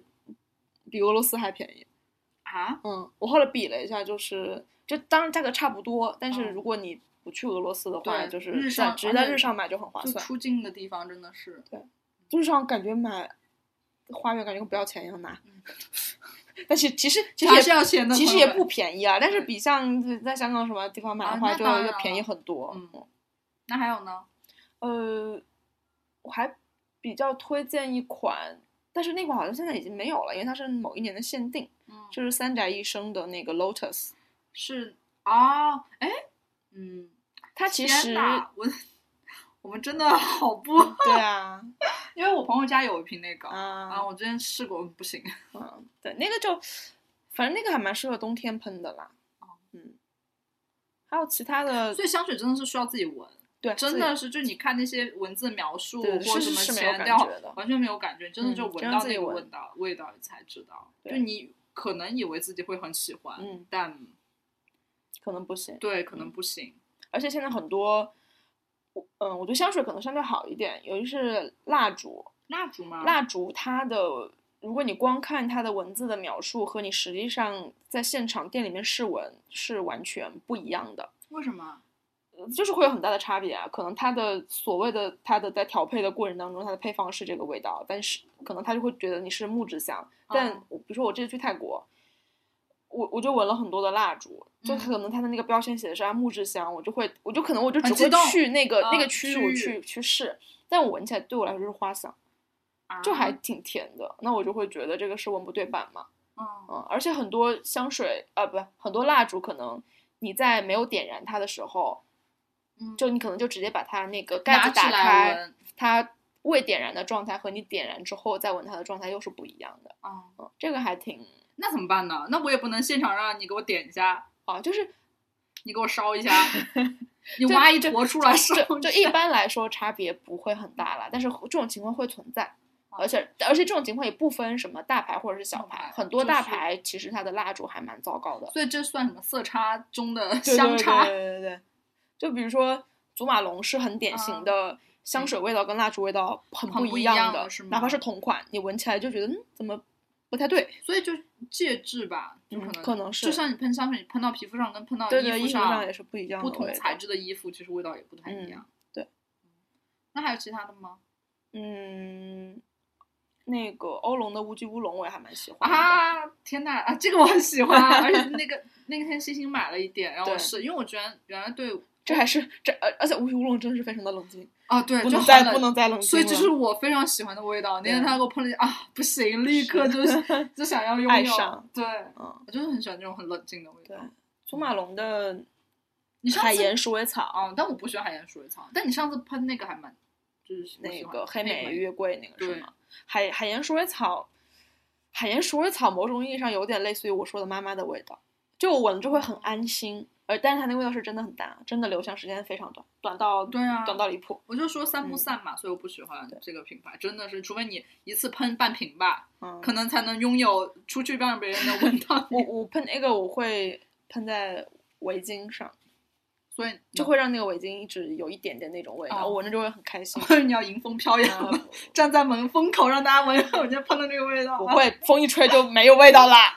C: 比俄罗斯还便宜。
B: 啊，
C: 嗯，我后来比了一下，就是就当然价格差不多，但是
B: 嗯
C: 如果你不去俄罗斯的话，
B: 对
C: 就是
B: 日
C: 在
B: 上
C: 直接在
B: 而且
C: 日上买就很划
B: 就
C: 算。
B: 出境的地方真的是
C: 日上感觉买花园感觉跟不要钱一样拿， 但是其实其实
B: 还
C: 也
B: 嗯是要钱的，
C: 其实
B: 朋友
C: 也
B: 们
C: 不便宜啊，但是比像在香港什么地方买
B: 啊
C: 的话，
B: 那
C: 就
B: 当然
C: 要便宜
B: 了
C: 很多。
B: 嗯那还有呢？
C: 呃，我还比较推荐一款，但是那款好像现在已经没有了，因为它是某一年的限定，
B: 嗯，
C: 就是三宅一生的那个 Lotus。
B: 是啊，哎，嗯，
C: 哦它其
B: 天
C: 实
B: 哪我我们真的好不，
C: 对啊，
B: 因为我朋友家有一瓶那个，啊，
C: 啊，
B: 我之前试过不行，
C: 嗯，对，那个就，反正那个还蛮适合冬天喷的啦
B: 哦。
C: 嗯，还有其他的，
B: 所以香水真的是需要自己闻，
C: 对，
B: 真
C: 自己
B: 的是就你看那些文字描述
C: 对
B: 或
C: 对
B: 什
C: 是
B: 么
C: 是是没有
B: 前
C: 感
B: 调
C: 觉的，
B: 完全没有感觉，真的
C: 嗯
B: 就
C: 真
B: 闻
C: 的
B: 到
C: 自
B: 那
C: 己
B: 个
C: 闻
B: 味道味道才知道，就
C: 对
B: 你可能以为自己会很喜欢，
C: 嗯
B: 但
C: 可能不行。
B: 对可能不
C: 嗯
B: 行。
C: 而且现在很多，我嗯，我觉得香水可能相对好一点，尤其是蜡烛，
B: 蜡烛吗？
C: 蜡烛它的，如果你光看它的文字的描述和你实际上在现场店里面试闻是完全不一样的，
B: 为什么？
C: 呃就是会有很大的差别啊。可能它的所谓的它的在调配的过程当中，它的配方是这个味道，但是可能他就会觉得你是木质香。但
B: 嗯
C: 我比如说我这次去泰国。我我就闻了很多的蜡烛，就
B: 嗯
C: 可能它的那个标签写的是按啊木质香，我就会我就可能我就只
B: 很啊激
C: 会
B: 动
C: 去那个、
B: 嗯
C: 那个区
B: 区
C: 我
B: 域
C: 去去试，但我闻起来对我来说就是花香。
B: 啊
C: 就还挺甜的，那我就会觉得这个是文不对版嘛，
B: 嗯
C: 嗯，而且很多香水啊、不，很多蜡烛可能你在没有点燃它的时候，
B: 嗯，
C: 就你可能就直接把它那个盖
B: 拿
C: 子
B: 起
C: 打
B: 来
C: 开，
B: 闻，
C: 它未点燃的状态和你点燃之后再闻它的状态又是不一样的，
B: 嗯，
C: 嗯，这个还挺
B: 那怎么办呢？那我也不能现场让你给我点一下，
C: 啊， 就是
B: 你给我烧 一下，你
C: 就
B: 挖一
C: 就
B: 坨出来烧
C: 就
B: 下，
C: 就一般来说差别不会很大啦，但是这种情况会存在。
B: 啊
C: 而且而且这种情况也不分什么大牌或者是小
B: 小
C: 牌，
B: 牌
C: 很多
B: 就
C: 大
B: 是
C: 牌其实它的蜡烛还蛮糟糕的。
B: 所以这算什么色差中的
C: 对
B: 相差？
C: 对对对对对， 就比如说祖马龙是很典型的香水味道跟蜡烛味道很
B: 嗯很不
C: 一
B: 一
C: 样
B: 样
C: 的，
B: 的是吗
C: 哪怕是同款，你闻起来就觉得嗯怎么不太对，
B: 所以就戒指吧，就可
C: 嗯
B: 能、
C: 可能是
B: 就像你喷香水，你喷到皮肤上跟喷到
C: 对对，
B: 服
C: 衣服
B: 上
C: 上也是不一样
B: 不
C: 的
B: 同
C: 味道嗯
B: 材质的衣服，其实味道也不太一样。
C: 对，
B: 那还有其他的吗？
C: 嗯，那个欧龙的乌鸡乌龙我也还蛮喜欢的。
B: 啊，天呐啊，这个我很喜欢，而且那 个那天星星买了一点，然后我
C: 对
B: 试，因为我觉得原来对
C: 这还是这，而而且乌鸡乌龙真的是非常的冷静，
B: 啊对，
C: 不
B: 就
C: 能
B: 好
C: 再
B: 冷
C: 不能再冷静
B: 所以这
C: 了
B: 是我非常喜欢的味道。那天
C: 对
B: 他给我喷了一啊，不行，立刻就就想要拥
C: 爱
B: 有。
C: 上
B: 对，
C: 嗯，
B: 我就是很喜欢这种很冷静的味道
C: 对。祖马龙的
B: 你上
C: 海
B: 次
C: 盐鼠尾草
B: 哦，但我不喜欢海盐鼠尾草。但你上次喷那个还蛮，就是我
C: 那
B: 喜欢
C: 个黑
B: 莓
C: 美月桂那个是
B: 对
C: 吗？海海盐鼠尾草，海盐鼠尾草某种意义上有点类似于我说的妈妈的味道，就我闻了就会很安心，呃，但是它那个味道是真的很淡，啊真的留香时间非常短，短到
B: 对啊
C: 短到离谱。
B: 我就说散不
C: 嗯
B: 散嘛，所以我不喜欢
C: 对
B: 这个品牌，真的是，除非你一次喷半瓶吧，
C: 嗯，
B: 可能才能拥有出去让别人能闻到
C: 我
B: 你，
C: 我喷那个我会喷在围巾上，
B: 所以
C: 就 会让那个围巾一直有一点点那种味道，
B: 哦
C: 我闻着就会很 开心。
B: 你要迎风飘扬，
C: 嗯
B: 站在门风口让大家闻，人家喷的这个味道。
C: 不
B: 啊，
C: 会，风一吹就没有味道 啦。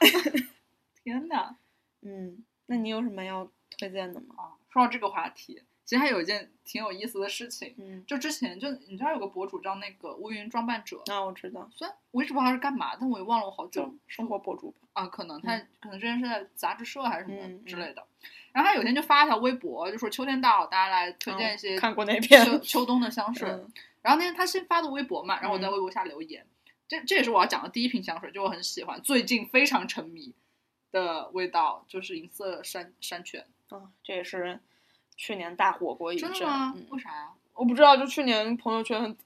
B: 天哪！
C: 嗯，那你有什么要推荐的吗？
B: 啊，说到这个话题，其实还有一件挺有意思的事情，
C: 嗯，
B: 就之前就你知道有个博主叫那个乌云装扮者，
C: 那、我知道，
B: 虽然我一直不知道他是干嘛，但我也忘了我好久
C: 就生活博主吧。
B: 啊，可能他、可能之前是在杂志社还是什么
C: 嗯
B: 之
C: 嗯
B: 类的。然后他有一天就发了条微博，就说秋天到了，大家来推荐一些
C: 嗯看过那篇
B: 秋秋冬的香水。
C: 嗯
B: 然后那天他先发的微博嘛，然后我在
C: 嗯
B: 微博下留言，这这也是我要讲的第一瓶香水，就我很喜欢，最近非常沉迷的味道就是银色山山泉。
C: 啊，这也是去年大火过一阵
B: 真。的吗？
C: 嗯
B: 为啥呀？
C: 我不知道，就去年朋友圈，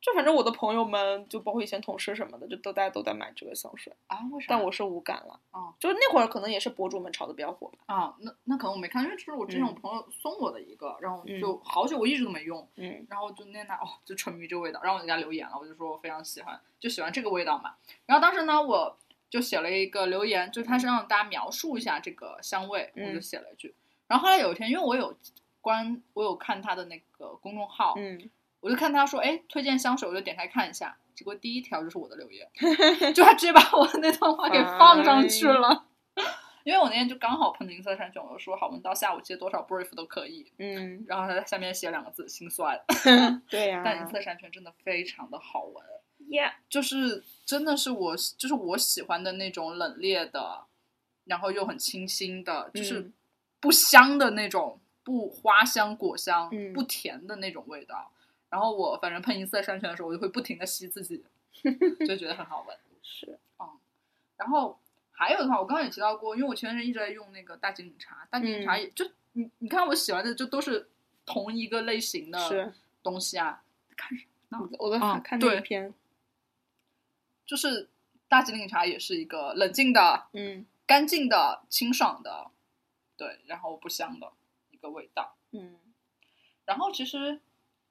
C: 就反正我的朋友们，就包括以前同事什么的，就都大家都在买这个香水，
B: 啊，为啥？
C: 但我是无感了。
B: 哦，
C: 就是那会儿可能也是博主们炒的比较火吧。
B: 啊，那那可能我没看，因为这是我之前
C: 嗯
B: 我朋友送我的一个，然后
C: 嗯
B: 就好久我一直都没用，
C: 嗯
B: 然后就那天他哦就沉迷这个味道，然后我就给他留言了，我就说我非常喜欢，就喜欢这个味道嘛。然后当时呢，我就写了一个留言，就是他是让大家描述一下这个香味，
C: 嗯
B: 我就写了一句。然后后来有一天，因为我有关我有看他的那个公众号，
C: 嗯，
B: 我就看他说哎推荐香水，我就点开看一下，结果第一条就是我的留言， 就他直接把我那段话给放上去了。 因为我那天就刚好喷银色山泉，我就说好闻到下午接多少 brief 都可以，
C: 嗯，
B: 然后他下面写两个字心酸。
C: 对 呀、
B: 但银色山泉真的非常的好闻，
C: Yeah，
B: 就是真的是我就是我喜欢的那种冷冽的，然后又很清新的，就是
C: 嗯
B: 不香的那种，不花香果香，
C: 嗯
B: 不甜的那种味道。然后我反正喷银色山泉的时候，我就会不停的吸自己，就觉得很好闻。
C: 是，
B: 然后还有的话，我刚刚也提到过，因为我前段时间一直在用那个大吉岭茶，大吉岭茶
C: 嗯嗯
B: 也、就你你看我喜欢的就都是同一个类型的
C: 是
B: 东西啊，看啥？
C: 我在
B: 啊
C: 看
B: 对
C: 那一篇，
B: 就是大吉岭警察也是一个冷静的、
C: 嗯
B: 干净的、清爽的，对，然后不香的一个味道。
C: 嗯
B: 然后其实，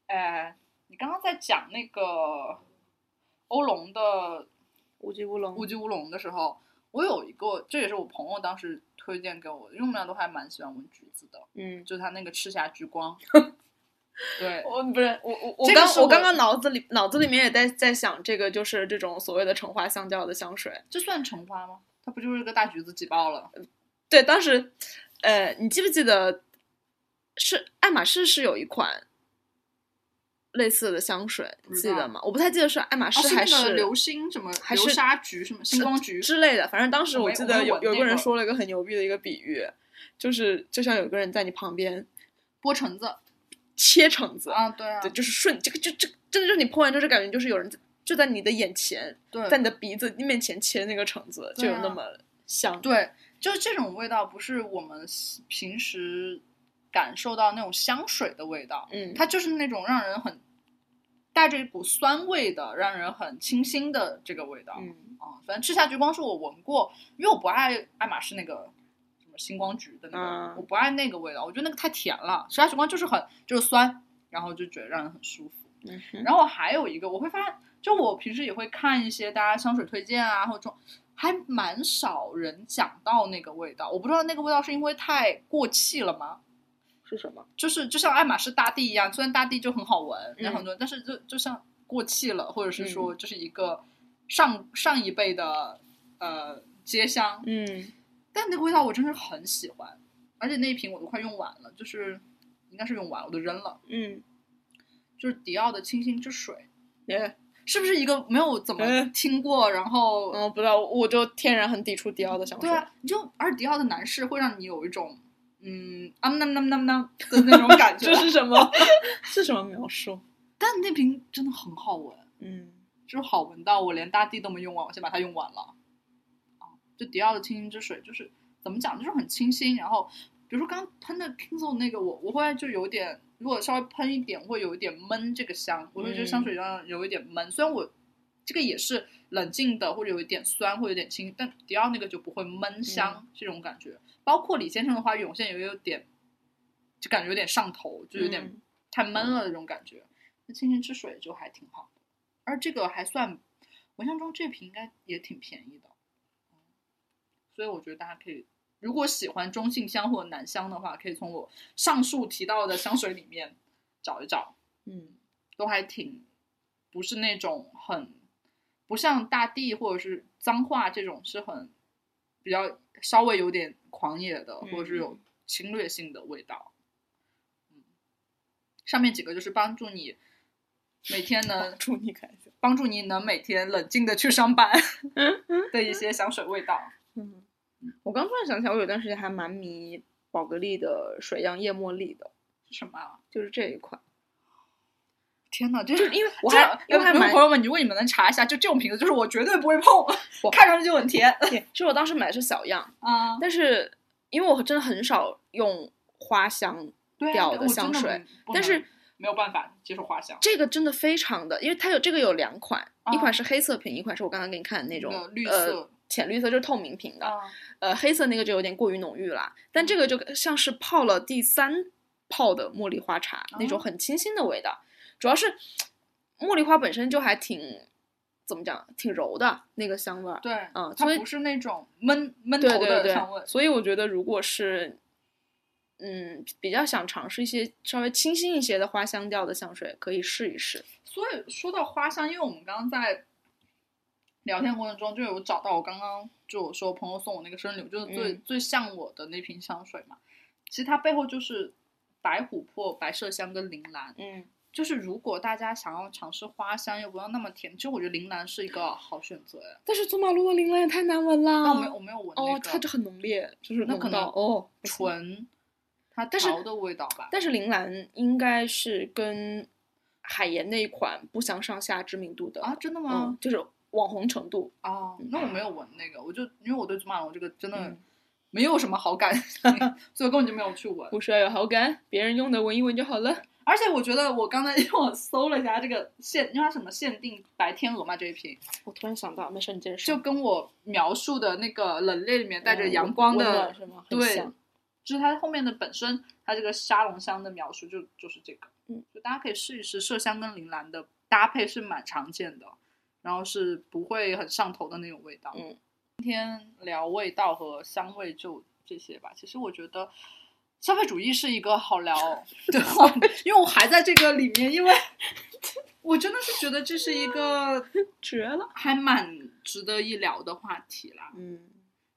B: 呃，你刚刚在讲那个欧龙的
C: 无极乌龙，
B: 乌鸡乌龙的时候，我有一个，这也是我朋友当时推荐给我的，因为我们俩都还蛮喜欢闻橘子的，
C: 嗯，
B: 就是他那个赤霞橘 光，对，
C: 我不是我我我
B: 这个
C: 刚
B: 是
C: 我
B: 我
C: 刚刚脑子里脑子里面也在在想这个就是这种所谓的橙花香蕉的香水。
B: 这算橙花吗？它不就是个大橘子挤爆了？
C: 对，当时，呃，你记不记得是爱马仕是有一款类似的香水，
B: 不
C: 你
B: 知
C: 记得
B: 道
C: 吗？我不太记得是爱马
B: 啊，
C: 仕还
B: 那个
C: 是
B: 流星什么
C: 还
B: 流
C: 是
B: 沙菊什么星光菊
C: 之类的，反正当时
B: 我
C: 我
B: 没
C: 记
B: 我
C: 得
B: 没
C: 有
B: 闻
C: 有
B: 那
C: 个人
B: 个
C: 说了一个很牛逼的一个比喻，就是就像有个人在你旁边
B: 剥橙子
C: 切橙子，
B: 啊，对啊，
C: 对，就是瞬这个就这真的就是你喷完之后，这感觉就是有人在就在你的眼前，
B: 对
C: 在你的鼻子面前切那个橙子，就
B: 对
C: 有那
B: 啊
C: 么香。
B: 对，就是这种味道，不是我们平时感受到那种香水的味道，
C: 嗯，
B: 它就是那种让人很带着一股酸味的，让人很清新的这个味道。
C: 嗯
B: 啊，反正赤霞橘光是我闻过，因为我不爱爱马仕那个什么星光橘的那个，
C: 啊
B: 我不爱那个味道，我觉得那个太甜了。赤霞橘光就是很就是酸，然后就觉得让人很舒服。
C: 嗯哼，
B: 然后还有一个，我会发现，就我平时也会看一些大家香水推荐啊，或者这种，还蛮少人讲到那个味道。我不知道那个味道是因为太过气了吗？
C: 是什么？
B: 就是就像爱马仕大地一样，虽然大地就很好闻，然后
C: 嗯
B: 很多人，但是就就像过气了，或者是说就是一个上、上一辈的呃街香，
C: 嗯
B: 但那个味道我真是很喜欢，而且那一瓶我都快用完了，就是应该是用完了，我都扔了，
C: 嗯，
B: 就是迪奥的清新之水。
C: 耶、
B: 是不是一个没有怎么
C: 嗯
B: 听过，然后、
C: 嗯，不知道，我就天然很抵触迪奥的香水。
B: 对啊，你就而迪奥的男士会让你有一种嗯啊那那那那的那种感 觉
C: 这，是什么？是什么描述？
B: 但那瓶真的很好闻，
C: 嗯
B: 就是好闻到我连大地都没用完，我先把它用完了。啊，就迪奥的清新之水，就是怎么讲，就是很清新。然后比如说刚喷的 Kinzo 那个，我我会就有点，如果稍微喷一点，会有一点闷这个香，我会觉得香水让人有一点闷。虽然我这个也是冷静的，或者有一点酸，或者有点清，但迪奥那个就不会闷香、这种感觉。包括李先生的话，涌现也有点，就感觉有点上头，就有点
C: 嗯
B: 太闷了那种感觉。那清新之水就还挺好的，而这个还算，我印象中这瓶应该也挺便宜的，嗯所以我觉得大家可以，如果喜欢中性香或者男香的话，可以从我上述提到的香水里面找一找，
C: 嗯
B: 都还挺，不是那种很，不像大地或者是脏话这种是很比较稍微有点狂野的，或者是
C: 嗯
B: 有侵略性的味道。嗯，上面几个就是帮助你每天能
C: 祝你开心。
B: 帮助你能每天冷静的去上班 的一些香水味道。
C: 嗯，我刚突然想起来，我有段时间还蛮迷宝格丽的水漾夜茉莉的，
B: 是什么、啊？
C: 就是这一款。
B: 天哪，这是
C: 因为我
B: 这
C: 还
B: 有
C: 我还
B: 有
C: 蛮
B: 朋友们，如果你们能查一下，就这种瓶子，就是我绝对不会碰
C: 我，
B: 看上去就很甜
C: 对，是我当时买的是小样，
B: 啊。
C: 但是因为我真的很少用花香
B: 对啊，
C: 调
B: 我
C: 的香
B: 真
C: 水，
B: 不
C: 但是
B: 能没有办法接受花香，
C: 这个真的非常的，因为它有这个有两款，一
B: 啊
C: 款是黑色瓶，一款是我刚刚给你看的那种
B: 那绿
C: 呃
B: 色
C: 浅绿色，就是透明瓶的。
B: 啊，
C: 呃，黑色那个就有点过于浓郁啦，
B: 嗯
C: 但这个就像是泡了第三泡的茉莉花茶，那种
B: 哦
C: 很清新的味道。主要是茉莉花本身就还挺怎么讲，挺柔的那个香味儿。
B: 对，
C: 嗯
B: 它
C: 所以
B: 不是那种闷闷
C: 对
B: 头
C: 对
B: 的
C: 对
B: 香味，，
C: 所以我觉得如果是嗯比较想尝试一些稍微清新一些的花香调的香水，可以试一试。
B: 所以说到花香，因为我们刚刚在聊天过程中就有找到我刚刚就我说朋友送我那个生柳，就是最、
C: 嗯
B: 最像我的那瓶香水嘛。其实它背后就是白琥珀、白麝香跟铃兰。
C: 嗯
B: 就是如果大家想要尝试花香又不要那么甜，其实我觉得铃兰是一个好选择。哎
C: 但是祖马路的铃兰也太难闻啦。
B: 那我没我没有闻
C: 哦，
B: 那
C: 它
B: 个
C: 就很浓烈，就是
B: 那
C: 浓
B: 可
C: 到
B: 能
C: 哦不行
B: 纯，它
C: 但是
B: 桃的味道吧。
C: 但是铃兰应该是跟海盐那一款不相上下知名度的
B: 啊，，真的吗？
C: 嗯，就是网红程度。
B: 哦，那我没有闻那个，我就因为我对祖马龙这个真的
C: 嗯
B: 没有什么好感，所以我根本就没有去闻。
C: 不需要有好感，别人用的闻一闻就好了。
B: 而且我觉得我刚才因为我搜了一下这个限，因为它什么限定白天鹅嘛这一瓶，
C: 我突然想到，没事，你接着说。
B: 就跟我描述的那个冷泪里面带着
C: 嗯
B: 阳光
C: 温
B: 的
C: 暖是吗？很
B: 对
C: 像，
B: 就是它后面的本身，它这个沙龙香的描述就就是这个，
C: 嗯，
B: 就大家可以试一试，麝香跟铃兰的搭配是蛮常见的，然后是不会很上头的那种味道。
C: 嗯，
B: 今天聊味道和香味就这些吧。其实我觉得消费主义是一个好聊 的话题，因为我还在这个里面，因为我真的是觉得这是一个
C: 绝了。
B: 还蛮值得一聊的话题啦。
C: 嗯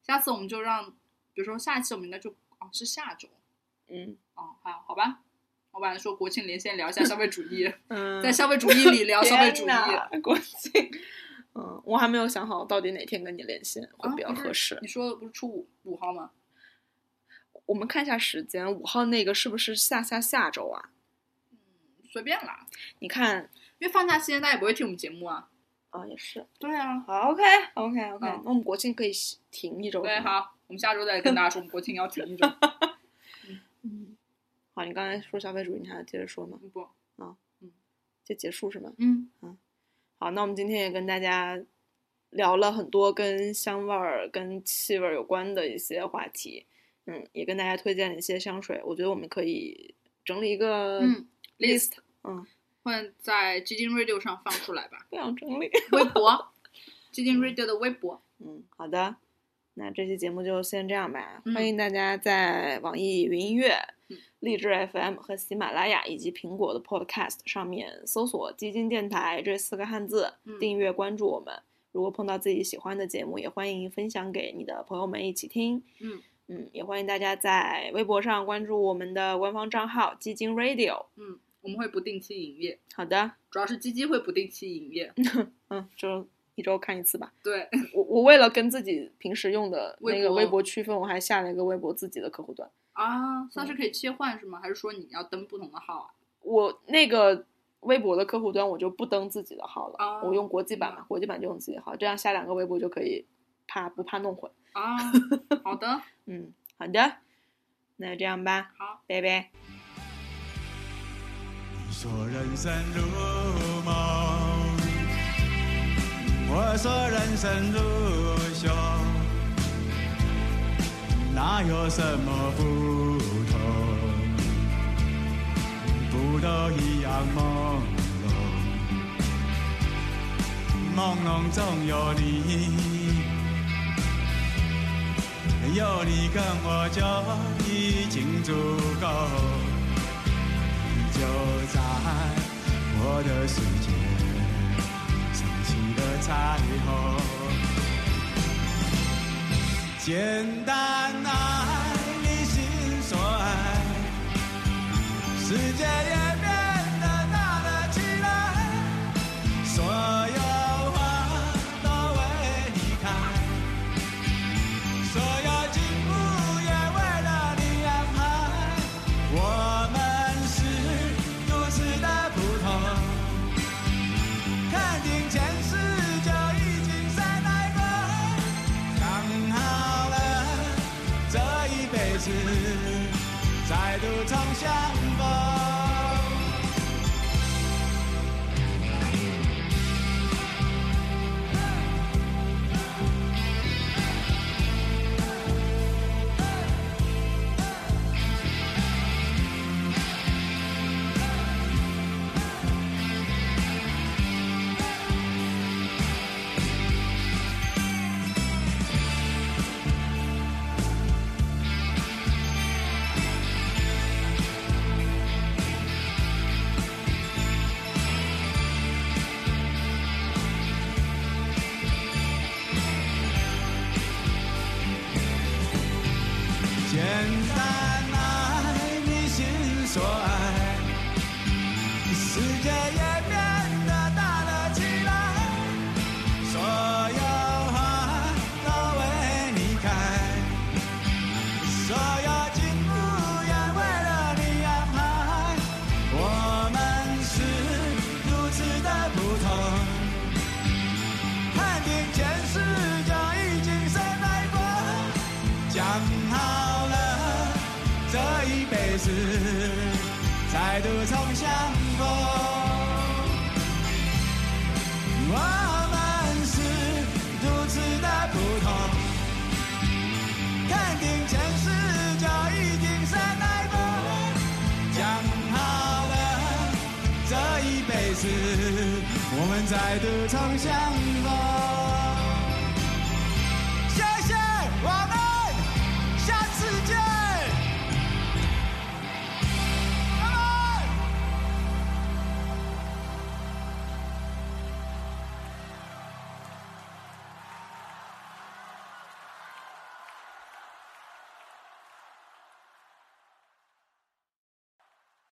B: 下次我们就让，比如说下一期我们应该就哦是下周
C: 嗯
B: 哦，好好吧。我本来说国庆连线聊一下消费主 义，
C: 嗯
B: 在消费主义里聊消费主义，啊
C: 义，国庆。 嗯，我还没有想好到底哪天跟你连线会
B: 啊
C: 比较
B: 不是
C: 合适。
B: 你说的不是初五五号吗？
C: 我们看一下时间，五号那个是不是下下下周啊？
B: 随便啦，
C: 你看
B: 因为放假期间大家也不会听我们节目啊。
C: 啊，也是。
B: 对啊，
C: 好，OK OK OK，、
B: 嗯
C: 那我们国庆可以停一周。
B: 对，好，我们下周再跟大家说，我们国庆要停一周。
C: 嗯，好，你刚才说消费主义，你还要接着说吗？
B: 不，
C: 就结束是吗？
B: 嗯，
C: 好，那我们今天也跟大家聊了很多跟香味儿、跟气味儿有关的一些话题，嗯，也跟大家推荐了一些香水，我觉得我们可以整理一个
B: 嗯
C: list，嗯
B: 会在基金 Radio 上放出来吧，
C: 不想整理，
B: 微博，基金 Radio 的微博。
C: 嗯，好的，那这期节目就先这样吧，欢
B: 嗯
C: 迎大家在网易云音乐
B: 嗯、
C: 荔枝 FM 和喜马拉雅以及苹果的 Podcast 上面搜索“基金电台”这四个汉字，
B: 嗯
C: 订阅关注我们。如果碰到自己喜欢的节目，也欢迎分享给你的朋友们一起听。
B: 嗯
C: 嗯，也欢迎大家在微博上关注我们的官方账号“基金 Radio”。
B: 嗯，我们会不定期营业，
C: 好的，
B: 主要是基金会不定期营业。
C: 嗯，就一周看一次吧。
B: 对，
C: 我我为了跟自己平时用的
B: 微
C: 那个
B: 博
C: 微博区分，我还下了一个微博自己的客户端。
B: 啊，算是可以切换是吗？还是说你要登不同的号啊？
C: 我那个微博的客户端我就不登自己的号了，
B: 啊
C: 我用国际版嘛，国际版就用自己的号，这样下两个微博就可以怕不怕弄混。
B: 啊，好的，
C: 嗯，好的，那就这样吧，
B: 好，
C: 拜拜。
D: 说人生如梦，我说人生如梦，哪有什么不同？不都一样朦胧？朦胧中有你，有你跟我就已经足够。你就在我的世界，升起了彩虹。简单爱，你心所爱，世界也变得大了起来，所有花都为你开，所有进步也为了你安排。我们是如此的不同，看尽前世就已经晒太过，看好了这一辈子，再度重相逢。简单爱你心所爱，世界也变得大了起来，所有花都为你开，所有进步也为了你安排。我们是如此的不同，看尽前世就已经深爱过。讲好了这一辈子，再度重相我们在赌场相逢。谢谢我的